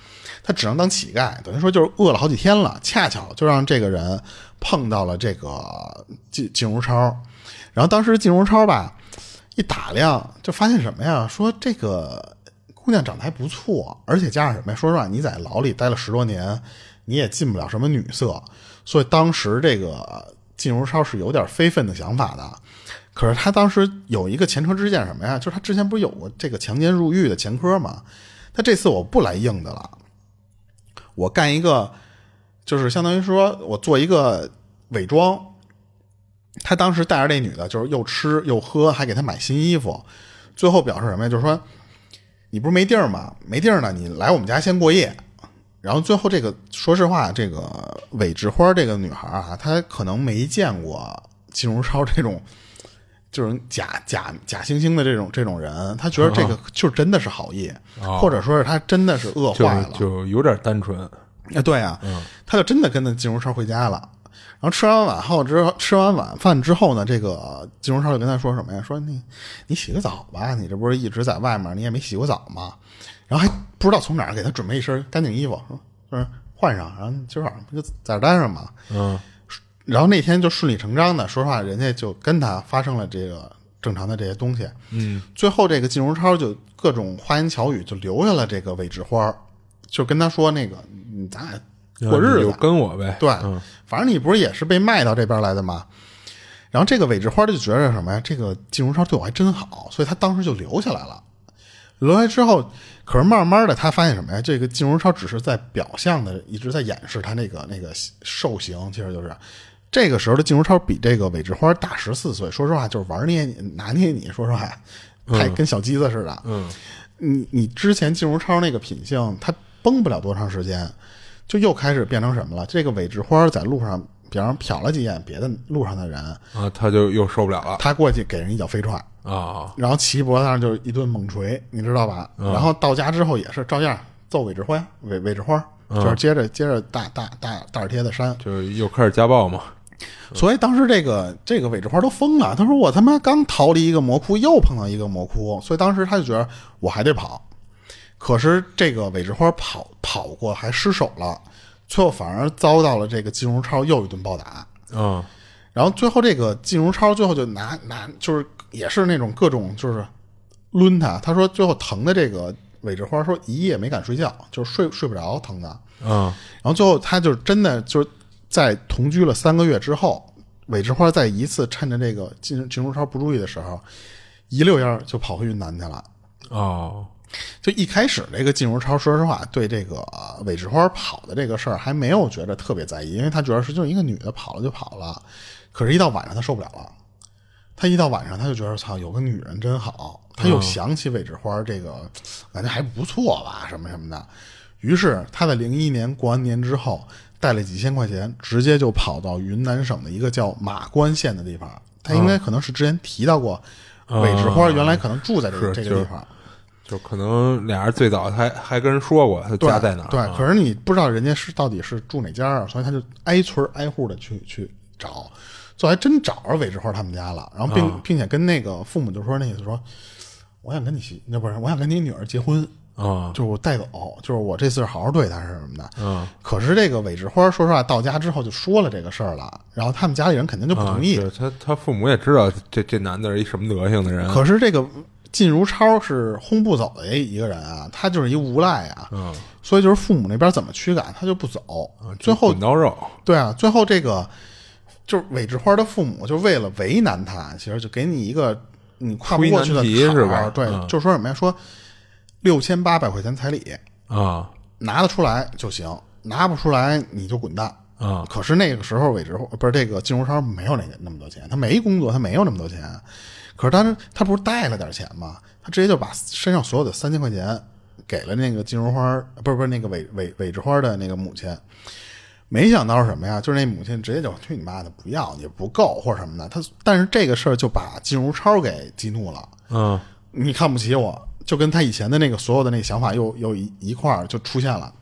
B: 他只能当乞丐，等于说就是饿了好几天了。恰巧就让这个人碰到了这个靳靳如超，然后当时靳如超吧一打量就发现什么呀？说这个姑娘长得还不错，而且加上什么呀？说实话，你在牢里待了十多年，你也进不了什么女色，所以当时这个靳如超是有点非分的想法的。可是他当时有一个前车之鉴，什么呀？就是他之前不是有过这个强奸入狱的前科吗？他这次我不来硬的了，我干一个，就是相当于说我做一个伪装。他当时带着那女的，就是又吃又喝，还给她买新衣服。最后表示什么呀？就是说，你不是没地儿吗？没地儿呢，你来我们家先过夜。然后最后这个，说实话，这个韦志花这个女孩啊，她可能没见过金如超这种，就是假假假惺惺的这种这种人，她觉得
C: [LAUGHS]
B: 这个就真的是好意，
C: 哦
B: 或者说是她真的是恶
C: 就
B: 坏
C: 是
B: 了，
C: 就有点单纯，
B: 啊，对啊，他就真的跟着金荣超回家了。然后吃完晚后之后，吃完晚饭之后呢，这个金荣超就跟他说什么呀？说你你洗个澡吧，你这不是一直在外面，你也没洗过澡吗？然后还不知道从哪儿给他准备一身干净衣服，说就是换上，然后今儿晚上不就在这儿待着吗？
C: 嗯，
B: 然后那天就顺理成章的，说实话，人家就跟他发生了这个正常的这些东西。嗯，最后这个靳如超就各种花言巧语就留下了这个韦志花儿，就跟他说那个你咱俩过
C: 啊你
B: 日
C: 就
B: 子，
C: 跟我呗，
B: 对，
C: 嗯
B: 反正你不是也是被卖到这边来的吗？然后这个韦志花就觉着什么呀？这个靳如超对我还真好，所以他当时就留下来了。留下来之后，可是慢慢的他发现什么呀？这个靳如超只是在表象的一直在掩饰他那个那个兽形，其实就是这个时候的靳如超比这个韦志花大十四岁。说实话，就是玩捏你拿捏你，说实话，还跟小鸡子似的。
C: 嗯，
B: 你你之前进入超那个品性，他崩不了多长时间，就又开始变成什么了？这个韦志花在路上，比方瞟了几眼别的路上的人，
C: 啊，他就又受不了了
B: 他过去给人一脚飞踹，
C: 啊，
B: 然后齐脖子上就是一顿猛捶，你知道吧？然后到家之后也是照样揍韦志花，韦韦志花就是接着接着大大大大耳贴的扇，
C: 就是又开始家暴嘛，
B: 所以当时这个这个韦志花都疯了，他说我他妈刚逃离一个魔窟，又碰到一个魔窟，所以当时他就觉得我还得跑。可是这个韦志花跑跑过还失手了，最后反而遭到了这个金荣超又一顿暴打。
C: 嗯，
B: 然后最后这个金荣超最后就拿拿就是也是那种各种就是抡他，他说最后疼的这个韦志花说一夜没敢睡觉，就是睡睡不着疼的。
C: 嗯，
B: 然后最后他就真的就是在同居了三个月之后，韦志花在一次趁着这个金金如超不注意的时候，一溜烟儿就跑回云南去了。
C: 哦，
B: 就一开始这个金如超，说实话，对这个呃韦志花跑的这个事儿还没有觉得特别在意，因为他觉得是就是一个女的跑了就跑了。可是，一到晚上他受不了了，他一到晚上他就觉得操，有个女人真好。他
C: 嗯
B: 又想起韦志花这个，感觉还不错吧，什么什么的。于是他在零一年过完年之后，带了几千块钱，直接就跑到云南省的一个叫马关县的地方。他
C: 嗯
B: 应该可能是之前提到过，韦志花原来可能住在这个
C: 是
B: 这个
C: 就
B: 地
C: 是
B: 方。
C: 就可能俩人最早还还跟人说过他
B: 对
C: 家在哪儿，
B: 对，
C: 啊
B: 可是你不知道人家是到底是住哪家啊，所以他就挨村儿挨户的去去找，最后还真找着韦志花他们家了，然后
C: 啊
B: 并、并且跟那个父母就说那个说，我想跟你媳，那不是我想跟你女儿结婚，
C: 啊
B: 就是我带走，就是我这次好好对他是什么的。
C: 啊，
B: 可是这个韦志花说实话，到家之后就说了这个事儿了，然后他们家里人肯定就不同意。
C: 啊是他他父母也知道这这男的是一什么德行的人，
B: 可是这个靳如超是轰不走的一个人啊，他就是一无赖啊，
C: 嗯啊
B: 所以就是父母那边怎么驱赶他就不走。最后
C: 滚刀肉，
B: 对啊，最后这个就是韦志花的父母，就为了为难他，其实就给你一个你跨不过去的
C: 推难题
B: 坎
C: 是
B: 儿，
C: 吧
B: 对，
C: 嗯
B: 就说什么呀？说六千八百块钱彩礼
C: 啊
B: 拿得出来就行，拿不出来你就滚蛋。
C: 啊
B: 可是那个时候，韦志花不是这个金融商没有那那么多钱，他没工作，他没有那么多钱。可是他他不是带了点钱吗？他直接就把身上所有的三千块钱给了那个金如花，不是不是那个韦韦韦志花的那个母亲。没想到是什么呀？就是那母亲直接就去你妈的，不要也不够或者什么的。他但是这个事儿就把金如超给激怒了，
C: 啊
B: 你看不起我，就跟他以前的那个所有的那个想法又又一一块儿就出现了，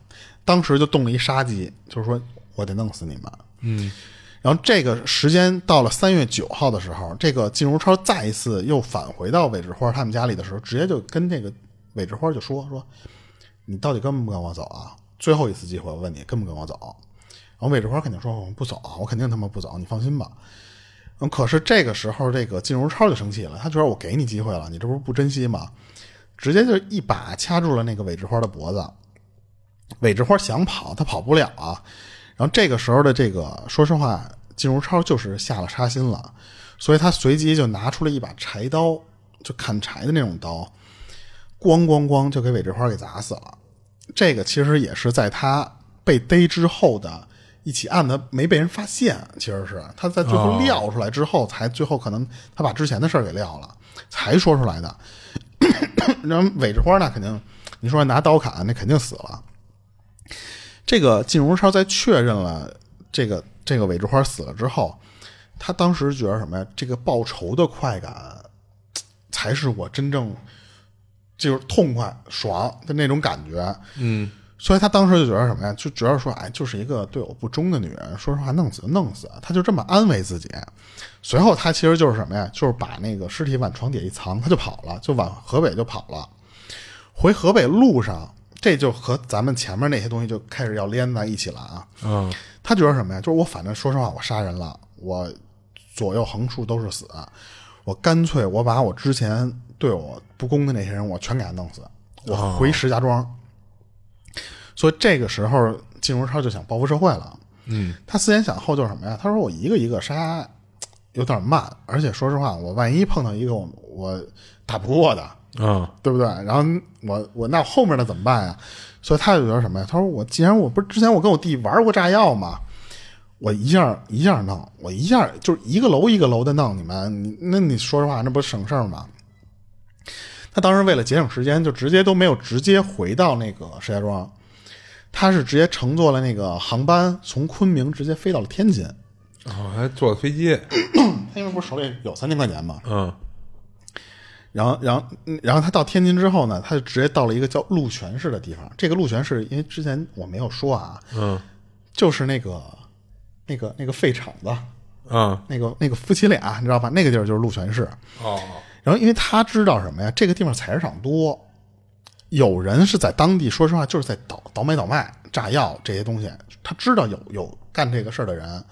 B: 当时就动了一杀机，就是说我得弄死你们。
C: 嗯
B: 然后这个时间到了三月九号的时候，这个靳如超再一次又返回到韦志花他们家里的时候，直接就跟这个韦志花就说说，你到底跟不跟我走啊？最后一次机会，我问你跟不跟我走？然后韦志花肯定说我不走，啊我肯定他妈不走，你放心吧。嗯，可是这个时候，这个靳如超就生气了，他觉得我给你机会了，你这不是不珍惜吗？直接就一把掐住了那个韦志花的脖子。韦志花想跑，他跑不了啊。然后这个时候的这个，说实话，靳如超就是下了杀心了，所以他随即就拿出了一把柴刀，就砍柴的那种刀，咣咣咣就给韦志花给砸死了。这个其实也是在他被逮之后的一起案子没被人发现，其实是他在最后
C: 哦
B: 撂出来之后，才最后可能他把之前的事儿给撂了，才说出来的。 [COUGHS] 然后韦志花那肯定，你说拿刀砍那肯定死了。这个靳如超在确认了这个这个韦志花死了之后，他当时觉得什么呀？这个报仇的快感，才是我真正就是痛快爽的那种感觉。
C: 嗯
B: 所以他当时就觉得什么呀？就觉得说，哎，就是一个对我不忠的女人，说实话，弄死就弄死，啊他就这么安慰自己。随后他其实就是什么呀？就是把那个尸体往床底下一藏，他就跑了，就往河北就跑了。回河北路上，这就和咱们前面那些东西就开始要连在一起了啊。
C: 啊
B: 他觉得什么呀？就是我反正说实话，我杀人了，我左右横竖都是死，啊我干脆我把我之前对我不公的那些人，我全给他弄死，我回石家庄。所以这个时候，靳如超就想报复社会了。
C: 嗯
B: 他思前想后就是什么呀？他说我一个一个杀有点慢，而且说实话，我万一碰到一个我我打不过的，
C: 啊
B: 对不对？然后我我那后面的怎么办呀？所以他就觉得什么呀？他说我既然我不是之前我跟我弟玩过炸药嘛，我一下一下弄，我一下就是一个楼一个楼的弄你们，你那你说实话，那不省事儿吗？他当时为了节省时间，就直接都没有直接回到那个石家庄，他是直接乘坐了那个航班从昆明直接飞到了天津。
C: 啊，还坐飞机，
B: 他因为不是手里有三千块钱嘛，
C: 嗯
B: 然后，然后，嗯然后他到天津之后呢，他就直接到了一个叫鹿泉市的地方。这个鹿泉市，因为之前我没有说啊，
C: 嗯
B: 就是那个、那个、那个废厂子，
C: 啊
B: 那个、那个夫妻俩，你知道吧？那个地儿就是鹿泉市。
C: 哦
B: 然后，因为他知道什么呀？这个地方采石场多，有人是在当地，说实话，就是在倒倒买倒卖炸药这些东西。他知道有有干这个事儿的人，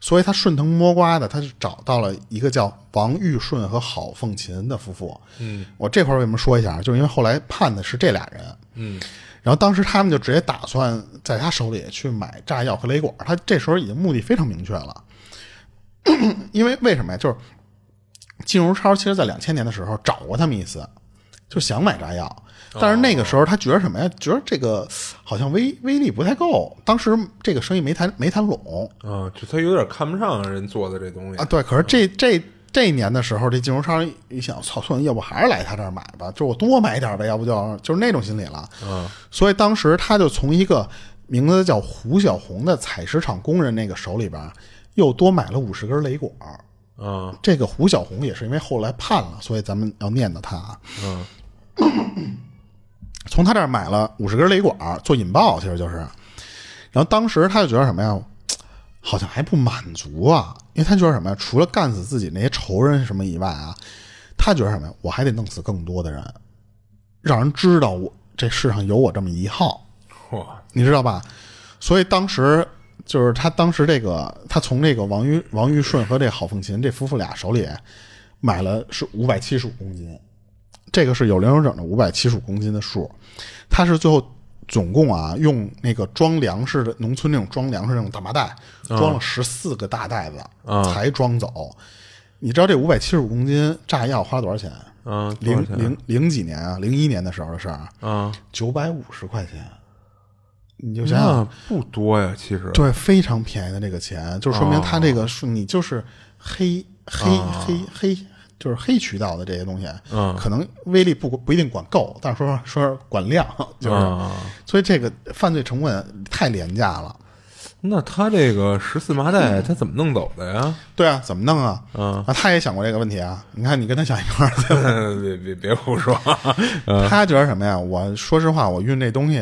B: 所以他顺藤摸瓜的，他就找到了一个叫王玉顺和郝凤琴的夫妇。
C: 嗯，
B: 我这块儿为什么说一下啊？就是因为后来判的是这俩人。
C: 嗯
B: 然后当时他们就直接打算在他手里去买炸药和雷管，他这时候已经目的非常明确了， [COUGHS] 因为为什么呀？就是金如超其实在两千年的时候找过他们一次，就想买炸药，但是那个时候他觉得什么呀？觉得这个好像威威力不太够，当时这个生意没谈没谈拢，
C: 啊，就他有点看不上人做的这东西
B: 啊，，对，可是这这这一年的时候，这金融商一想，操，算了，要不还是来他这儿买吧，就我多买点儿呗，要不就就是那种心理了。
C: 嗯，
B: 所以当时他就从一个名字叫胡小红的采石场工人那个手里边儿，又多买了五十根雷管儿。
C: 啊
B: 这个胡小红也是因为后来判了，所以咱们要念叨他啊。
C: 嗯
B: [COUGHS] 从他这儿买了五十根雷管儿做引爆，其实就是。然后当时他就觉得什么呀，好像还不满足啊，因为他觉得什么呀，除了干死自己那些仇人什么以外啊，他觉得什么呀，我还得弄死更多的人，让人知道我这世上有我这么一号，
C: 哇，
B: 你知道吧？所以当时就是他当时这个，他从这个王玉王玉顺和这郝凤琴这夫妇俩手里买了是五百七十五公斤，这个是有零有整的五百七十五公斤的数，他是最后总共啊用那个装粮食的农村那种装粮食那种大麻袋
C: 啊
B: 装了十四个大袋子、才装走。你知道这五百七十五公斤炸药花多啊少钱？
C: 嗯，多
B: 零
C: 少钱
B: 零零几年啊，零一年的时候的事儿啊，
C: 啊，
B: 九百五十块钱，你就想啊想，
C: 那不多呀，其实
B: 对，非常便宜的这个钱，就说明他这个是你就是黑黑黑黑，就是黑渠道的这些东西，
C: 嗯
B: 可能威力不不一定管够，但是说说是管量，就是，
C: 啊，
B: 所以这个犯罪成本太廉价了。
C: 那他这个十四麻袋
B: 嗯
C: 他怎么弄走的呀？ [LAUGHS]
B: 对啊，怎么弄啊？
C: 嗯
B: 啊，他也想过这个问题啊。你看，你跟他想一块儿去了，
C: 别别别
B: [LAUGHS]
C: 胡说，
B: 他觉得什么呀？我说实话，我运这东西，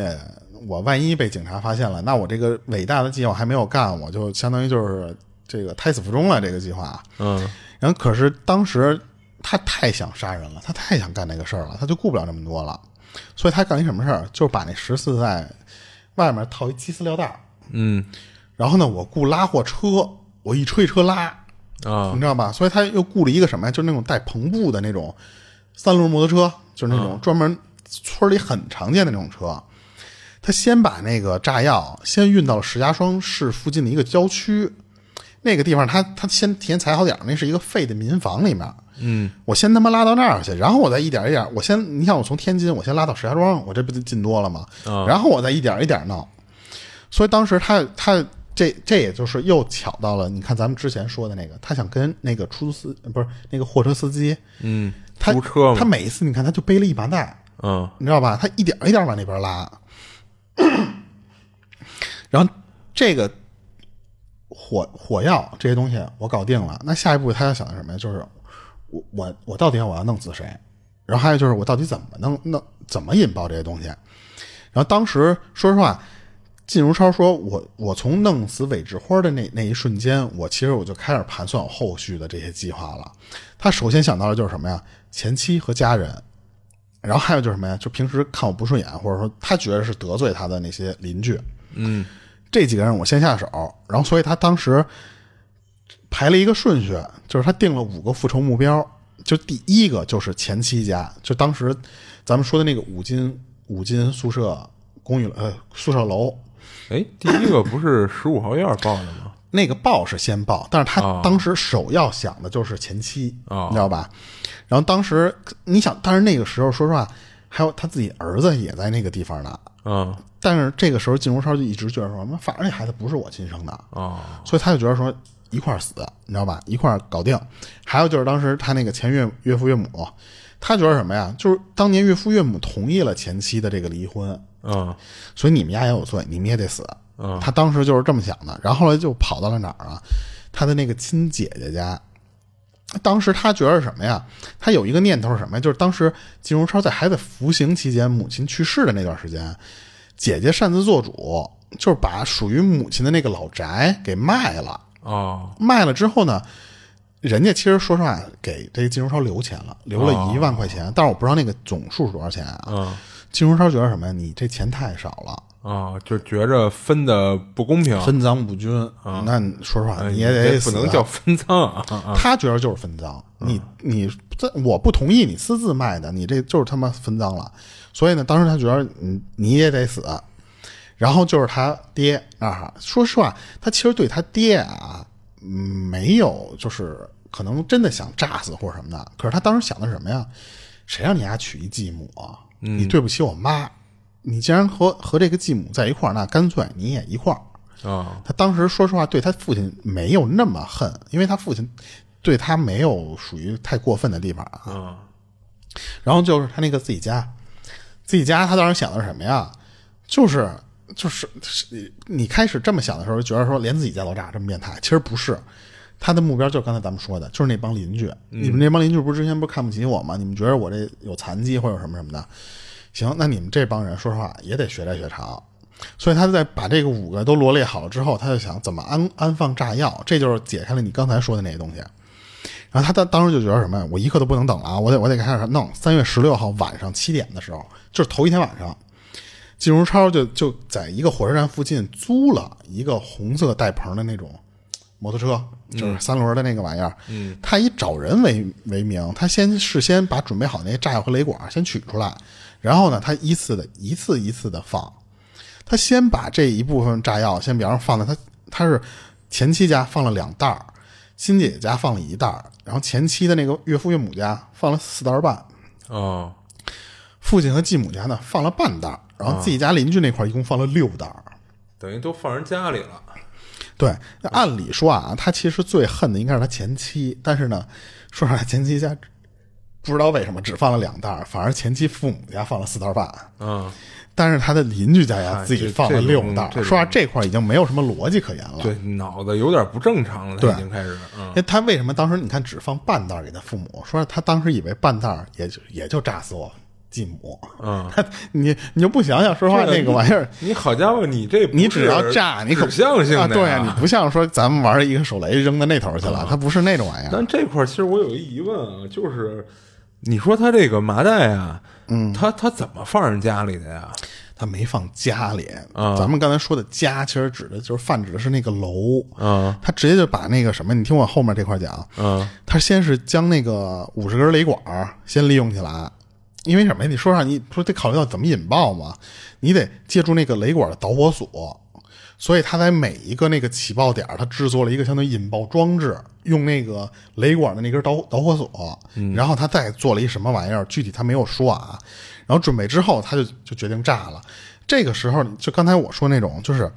B: 我万一被警察发现了，那我这个伟大的计划还没有干，我就相当于就是这个胎死腹中了。这个计划，
C: 嗯
B: 然后可是当时他太想杀人了，他太想干这个事儿了，他就顾不了这么多了，所以他干一什么事儿，就是把那十四在外面套一鸡饲料袋儿，
C: 嗯
B: 然后呢，我雇拉货车，我一车一车拉，
C: 啊
B: 你知道吧？所以他又雇了一个什么呀？就是那种带篷布的那种三轮摩托车，就是那种专门村里很常见的那种车。他先把那个炸药先运到石家庄市附近的一个郊区，那个地方他他先提前踩好点儿，那是一个废的民房里面。
C: 嗯，
B: 我先他妈拉到那儿去，然后我再一点一点，我先你想我从天津我先拉到石家庄，我这不就进多了吗？
C: 嗯
B: 然后我再一点一点闹。所以当时他他这这也就是又巧到了，你看咱们之前说的那个，他想跟那个出租司呃不是那个货车司机，
C: 嗯，
B: 他
C: 租车
B: 他
C: 嘛，
B: 每一次你看他就背了一麻袋，
C: 嗯
B: 你知道吧？他一点一点往那边拉，然后这个火火药这些东西我搞定了，那下一步他要想的什么呀？就是我我我到底要我要弄死谁？然后还有就是我到底怎么弄弄怎么引爆这些东西？然后当时说实话，靳如超说我我从弄死韦志花的那那一瞬间，我其实我就开始盘算我后续的这些计划了。他首先想到的就是什么呀？前妻和家人，然后还有就是什么呀？就平时看我不顺眼，或者说他觉得是得罪他的那些邻居，
C: 嗯
B: 这几个人我先下手。然后，所以他当时排了一个顺序，就是他定了五个复仇目标。就第一个就是前妻家，就当时咱们说的那个五金五金宿舍公寓呃宿舍楼，
C: 哎，第一个不是十五号院报的吗？
B: 那个报是先报，但是
C: 哦
B: 他当时首要想的就是前妻，
C: 哦
B: 你知道吧？然后当时你想，但是那个时候说实话，还有他自己儿子也在那个地方呢。
C: 嗯
B: 但是这个时候，靳如超就一直觉得说，妈反正这孩子不是我亲生的，
C: 啊
B: 所以他就觉得说一块儿死，你知道吧？一块儿搞定。还有就是当时他那个前岳岳父岳母，他觉得什么呀？就是当年岳父岳母同意了前妻的这个离婚，
C: 嗯
B: 所以你们家也有罪，你们也得死。
C: 嗯
B: 他当时就是这么想的，然后后来就跑到了哪儿啊？他的那个亲姐姐家。当时他觉得什么呀？他有一个念头是什么呀？就是当时金如超在还在服刑期间，母亲去世的那段时间，姐姐擅自做主，就是把属于母亲的那个老宅给卖了。
C: 啊
B: 卖了之后呢，人家其实说实话给这个金如超留钱了，留了一万块钱，但是我不知道那个总数是多少钱啊。
C: 哦嗯
B: 金如超觉得什么呀？你这钱太少了。
C: 啊，就觉着分的不公平，
B: 分赃不均，那你说实话，
C: 啊哎
B: 你也
C: 这
B: 得
C: 不
B: 死
C: 能叫分赃啊啊
B: 他觉得就是分赃，你你这我不同意你私自卖的，你这就是他妈分赃了。所以呢，当时他觉得你你也得死。然后就是他爹啊，说实话，他其实对他爹啊，嗯没有就是可能真的想炸死或者什么的，可是他当时想的是什么呀？谁让你丫娶一继母啊？
C: 嗯
B: 你对不起我妈，你既然和和这个继母在一块儿，那干脆你也一块儿。
C: 啊
B: 他当时说实话，对他父亲没有那么恨，因为他父亲对他没有属于太过分的地方啊。
C: 啊
B: 然后就是他那个自己家，自己家他当时想的是什么呀？就是就是是你开始这么想的时候，觉得说连自己家都炸这么变态，其实不是。他的目标就是刚才咱们说的，就是那帮邻居。你们那帮邻居不是之前不是看不起我吗？你们觉得我这有残疾或者什么什么的？行，那你们这帮人说实话也得学来学长。所以他在把这个五个都罗列好了之后，他就想怎么安安放炸药，这就是解开了你刚才说的那些东西。然后他当当时就觉得什么呀？我一刻都不能等了啊！我得我得开始弄。三月十六号晚上七点的时候，就是头一天晚上，靳如超就就在一个火车站附近租了一个红色带棚的那种摩托车，就是三轮的那个玩意儿。嗯，他以找人为为名，他先事先把准备好那些炸药和雷管先取出来，然后呢，他依次的一次一次的放。他先把这一部分炸药，先比方说放在他他是前妻家放了两袋儿，新姐姐家放了一袋儿，然后前妻的那个岳父岳母家放了四袋儿半，嗯
C: 哦，
B: 父亲和继母家呢放了半袋儿，然后自己家邻居那块儿一共放了六袋
C: 嗯
B: 儿。
C: 等于都放人家里了。
B: 对，那按理说啊，他其实最恨的应该是他前妻，但是呢，说实话，前妻家不知道为什么只放了两袋儿，反而前妻父母家放了四袋儿半。
C: 嗯，
B: 但是他的邻居家呀，
C: 哎
B: 自己
C: 这
B: 放了
C: 这
B: 六
C: 种
B: 袋儿。
C: 这
B: 说实话，
C: 种
B: 这块儿已经没有什么逻辑可言了。
C: 对，脑子有点不正常了，
B: 对
C: 他已经开始。嗯，
B: 哎，他为什么当时你看只放半袋儿给他父母？说他当时以为半袋儿也就也就炸死我继母。
C: 嗯，
B: [LAUGHS] 他你你就不想想，说实话
C: 这个
B: 那个玩意儿，
C: 你好家伙，你这不
B: 你只要
C: 是
B: 炸，你可
C: 指向性
B: 啊，
C: 的呀嗯
B: 对啊，你不像说咱们玩一个手雷扔到那头去了，它不是那种玩意儿。
C: 但这块儿其实我有一疑问啊，就是你说他这个麻袋啊，嗯，他他怎么放人家里的呀？
B: 他没放家里，
C: 啊
B: 咱们刚才说的家，其实指的就是泛指的是那个楼。
C: 嗯
B: 他直接就把那个什么，你听我后面这块讲，
C: 嗯，
B: 他先是将那个五十根雷管儿先利用起来，因为什么呀？你说上你不是得考虑到怎么引爆吗？你得借助那个雷管的导火索，所以他在每一个那个起爆点儿，他制作了一个相当于引爆装置，用那个雷管的那根导导火索，然后他再做了一什么玩意儿，具体他没有说啊。然后准备之后，他就就决定炸了。这个时候，就刚才我说那种，就是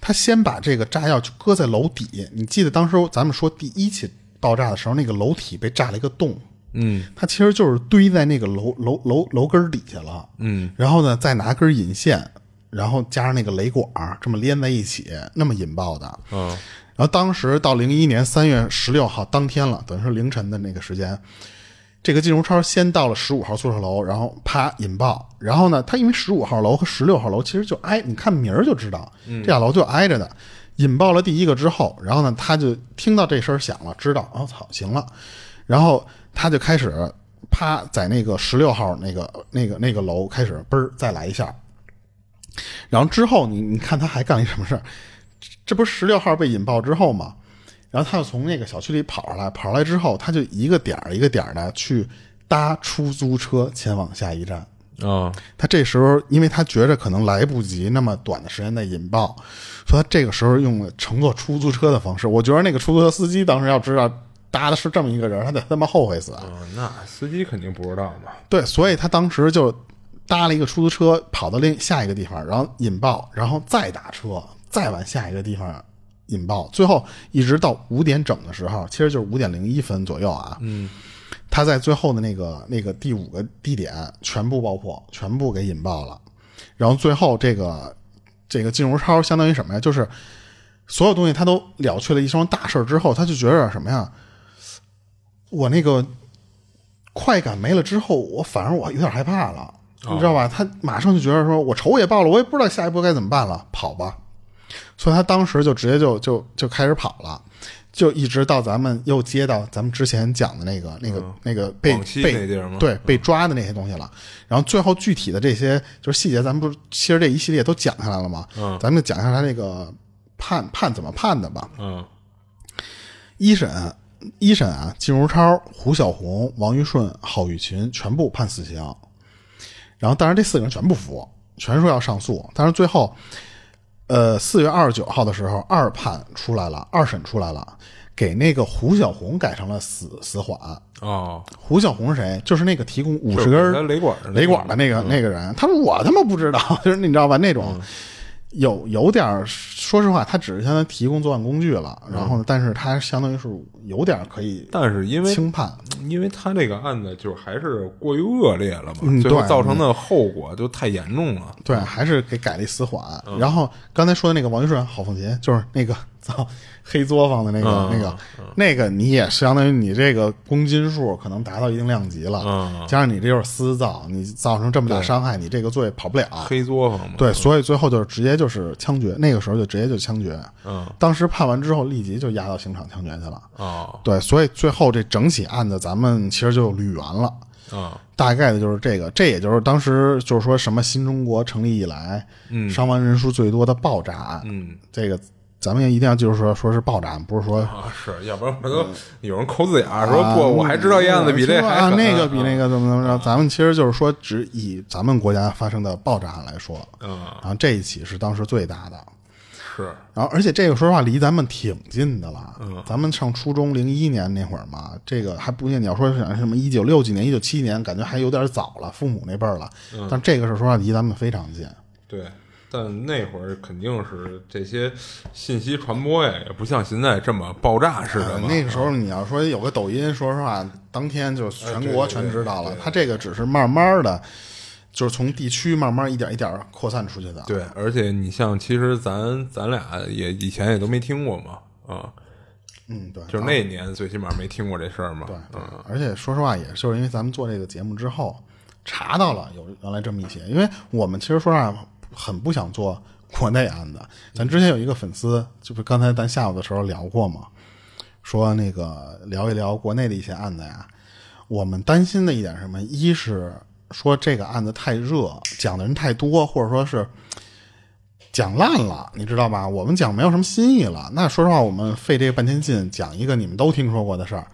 B: 他先把这个炸药就搁在楼底。你记得当时咱们说第一起爆炸的时候，那个楼体被炸了一个洞，嗯，它其实就是堆在那个楼楼楼楼根儿底下了，嗯，然后呢，再拿根引线，然后加上那个雷管儿这么连在一起，那么引爆的，嗯。然后当时到零一年三月十六号当天了，等于是凌晨的那个时间，这个金融超先到了十五号宿舍楼，然后啪引爆，然后呢，它因为十五号楼和十六号楼其实就挨，你看名儿就知道，这俩楼就挨着的。引爆了第一个之后，然后呢，他就听到这声响了，知道哦，操，行了，然后他就开始啪在那个十六号那个那个那个楼开始嘣儿再来一下，然后之后你你看他还干了一什么事儿？这这不是十六号被引爆之后吗？然后他又从那个小区里跑出来，跑出来之后，他就一个点儿一个点儿的去搭出租车前往下一站。
C: 啊，
B: 他这时候，因为他觉着可能来不及那么短的时间内引爆，所以他这个时候用了乘坐出租车的方式。我觉得那个出租车司机当时要知道搭的是这么一个人，他得他妈后悔死啊！
C: 嗯那司机肯定不知道嘛。
B: 对，所以他当时就搭了一个出租车，跑到另下一个地方，然后引爆，然后再打车，再往下一个地方引爆，最后一直到五点整的时候，其实就是五点零一分左右啊。嗯，他在最后的那个那个第五个地点全部爆破，全部给引爆了。然后最后这个这个金融超相当于什么呀？就是所有东西他都了却了一桩大事儿之后，他就觉着什么呀？我那个快感没了之后，我反而我有点害怕了，你知道吧？他马上就觉得说，我仇也报了，我也不知道下一步该怎么办了，跑吧。所以他当时就直接就就就开始跑了，就一直到咱们又接到咱们之前讲的那个那个、那个被
C: 广西
B: 被
C: 嗯那地儿吗嗯
B: 对被抓的那些东西了。然后最后具体的这些就是细节，咱们不是其实这一系列都讲下来了吗？嗯，咱们就讲一下他那个判判怎么判的吧。
C: 嗯
B: 一审，一审啊，金如超、胡晓红、王玉顺、郝玉琴全部判死刑，然后当然这四个人全不服，全说要上诉，但是最后，呃，四月二十九号的时候，二判出来了，二审出来了，给那个胡晓红改成了死死缓。
C: 哦，
B: 胡晓红是谁？就是那个提供五
C: 就
B: 十根
C: 是给他雷嗯管儿的那个
B: 雷管的那个、那个人。他说我他妈不知道， [LAUGHS] 就是你知道吧？那种、
C: 嗯
B: 有有点儿，说实话，他只是相当于提供作案工具了。然后呢，但是他相当于是有点儿可以
C: 嗯但是因为
B: 轻判。
C: 因为他这个案子就是还是过于恶劣了嘛，
B: 嗯
C: 最后
B: 对
C: 造成的后果就太严重了。
B: 对，还是给改了一死缓。
C: 嗯
B: 然后刚才说的那个王一顺、郝凤琴，就是那个操黑作坊的那个、
C: 嗯
B: 那个、那个，你也相当于你这个公斤数可能达到一定量级了，
C: 嗯
B: 加上你这又是私造，你造成这么大伤害，你这个罪跑不了。
C: 黑嗯作坊嘛，
B: 对，所以最后就是直接就是枪决，那个时候就直接就枪决。
C: 嗯，
B: 当时判完之后，立即就押到刑场枪决去了。
C: 哦
B: 对，所以最后这整起案子咱们其实就捋完了。
C: 啊，
B: 大概的就是这个，这也就是当时就是说什么新中国成立以来，
C: 嗯
B: 伤亡人数最多的爆炸案。
C: 嗯
B: 这个咱们也一定要就是说说是爆炸案，不是说
C: 啊，是要不然我都
B: 嗯
C: 有人抠字眼
B: 啊
C: 儿说不，我还知道一案子比这
B: 个
C: 还 [LAUGHS]
B: 啊
C: 狠
B: 那个比那个怎么怎么着，咱们其实就是说只以咱们国家发生的爆炸案来说，
C: 啊
B: 然后这一起是当时最大的。
C: 是
B: 然后，而且这个说实话离咱们挺近的了。
C: 嗯
B: 咱们上初中零一年那会儿嘛，这个还不像你要说是什么一九六几年、一九七年，感觉还有点早了，父母那辈儿了。
C: 嗯
B: 但这个事儿说实话离咱们非常近。
C: 对，但那会儿肯定是这些信息传播呀，也不像现在这么爆炸式的
B: 呃
C: 嘛。
B: 那个时候你要说有个抖音，说实话，当天就全国
C: 哎对对
B: 全知道了
C: 对。对
B: 他这个只是慢慢的，就是从地区慢慢一点一点扩散出去的。
C: 对，而且你像，其实咱咱俩也以前也都没听过嘛，啊，
B: 嗯，对，
C: 就是那年最起码没听过这事儿嘛。啊
B: 对，对而且说实话，也就是因为咱们做这个节目之后，查到了有原来这么一些，因为我们其实说实话很不想做国内案子。咱之前有一个粉丝，就是刚才咱下午的时候聊过嘛，说那个聊一聊国内的一些案子呀。我们担心的一点是什么？一是说这个案子太热，讲的人太多，或者说是讲烂了，你知道吧？我们讲没有什么新意了。那说实话，我们费这个半天劲讲一个你们都听说过的事儿，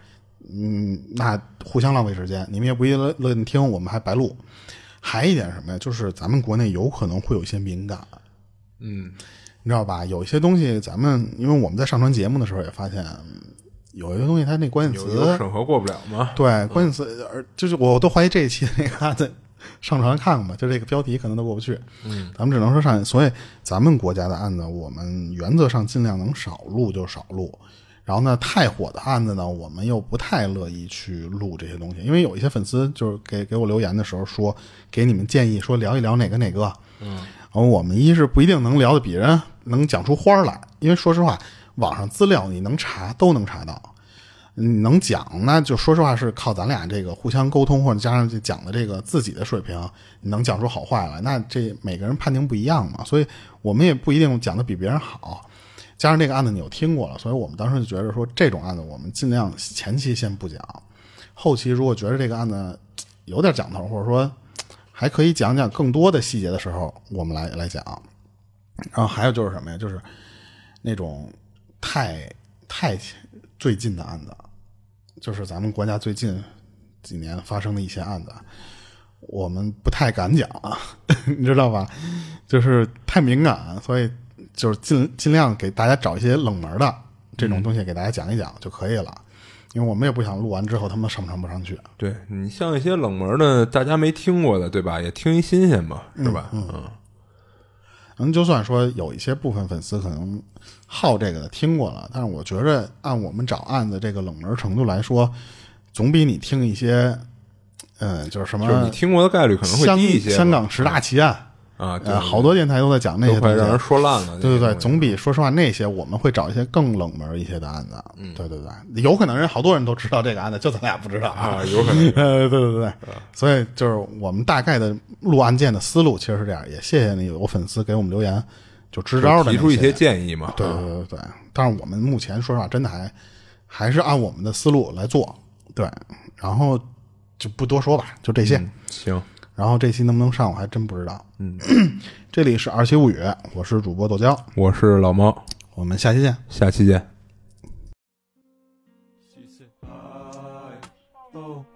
B: 嗯，那互相浪费时间，你们也不一定乐意听，我们还白录。还一点是什么呀？就是咱们国内有可能会有一些敏感，
C: 嗯，
B: 你知道吧？有一些东西，咱们因为我们在上传节目的时候也发现，嗯有一些东西它那关键
C: 有
B: 词
C: 有审核过不了嘛。
B: 对，关键词而就是我都怀疑这一期那个在上传看看吧，就这个标题可能都过不去。嗯，咱们只能说上，所以咱们国家的案子，我们原则上尽量能少录就少录。然后呢，太火的案子呢，我们又不太乐意去录这些东西，因为有一些粉丝就是给给我留言的时候说，给你们建议说聊一聊哪个哪个。嗯，然后我们一是不一定能聊的比人能讲出花儿来，因为说实话，网上资料你能查都能查到。你能讲，那就说实话是靠咱俩这个互相沟通，或者加上这讲的这个自己的水平，你能讲出好坏来。那这每个人判定不一样嘛，所以我们也不一定讲的比别人好。加上这个案子你有听过了，所以我们当时就觉得说这种案子我们尽量前期先不讲，后期如果觉得这个案子嘖有点讲头，或者说嘖还可以讲讲更多的细节的时候，我们来来讲。然后还有就是什么呀？就是那种太太最近的案子，就是咱们国家最近几年发生的一些案子，啊我们不太敢讲，啊 [LAUGHS] 你知道吧？就是太敏感，所以就是尽尽量给大家找一些冷门的这
C: 嗯
B: 种东西给大家讲一讲就可以了，因为我们也不想录完之后他们上不上不上去。
C: 对你像一些冷门的，大家没听过的，对吧？也听一新鲜嘛，是吧？嗯，
B: 嗯，就算说有一些部分粉丝可能好这个的听过了，但是我觉着按我们找案子这个冷门程度来说，总比你听一些，嗯，就是什么
C: 就是你听过的概率可能会
B: 香
C: 低一些嘛。
B: 香港十大奇案，
C: 啊，对
B: 呃，好多电台都在讲那些
C: 都快
B: 东
C: 让人
B: 西。
C: 说烂了。
B: 对对
C: 那
B: 对，
C: 种
B: 总比说实话那些我们会找一些更冷门一些的案子。嗯，对对对，有可能人好多人都知道这个案子，就咱俩不知道
C: 啊，有可能。
B: [LAUGHS]
C: 啊
B: 呃，对对对，所以就是我们大概的录案件的思路其实是这样，也谢谢那有粉丝给我们留言，就支招的
C: 提出一
B: 那些
C: 些，建议嘛，
B: 对对对对。但是我们目前说实话，真的还还是按我们的思路来做，对。然后就不多说吧，就这些。
C: 嗯行，
B: 然后这期能不能上，我还真不知道。嗯，这里是《二七物语》，我是主播豆椒，
C: 我是老猫，
B: 我们下期见。
C: 下期见。
A: She said, I, oh, oh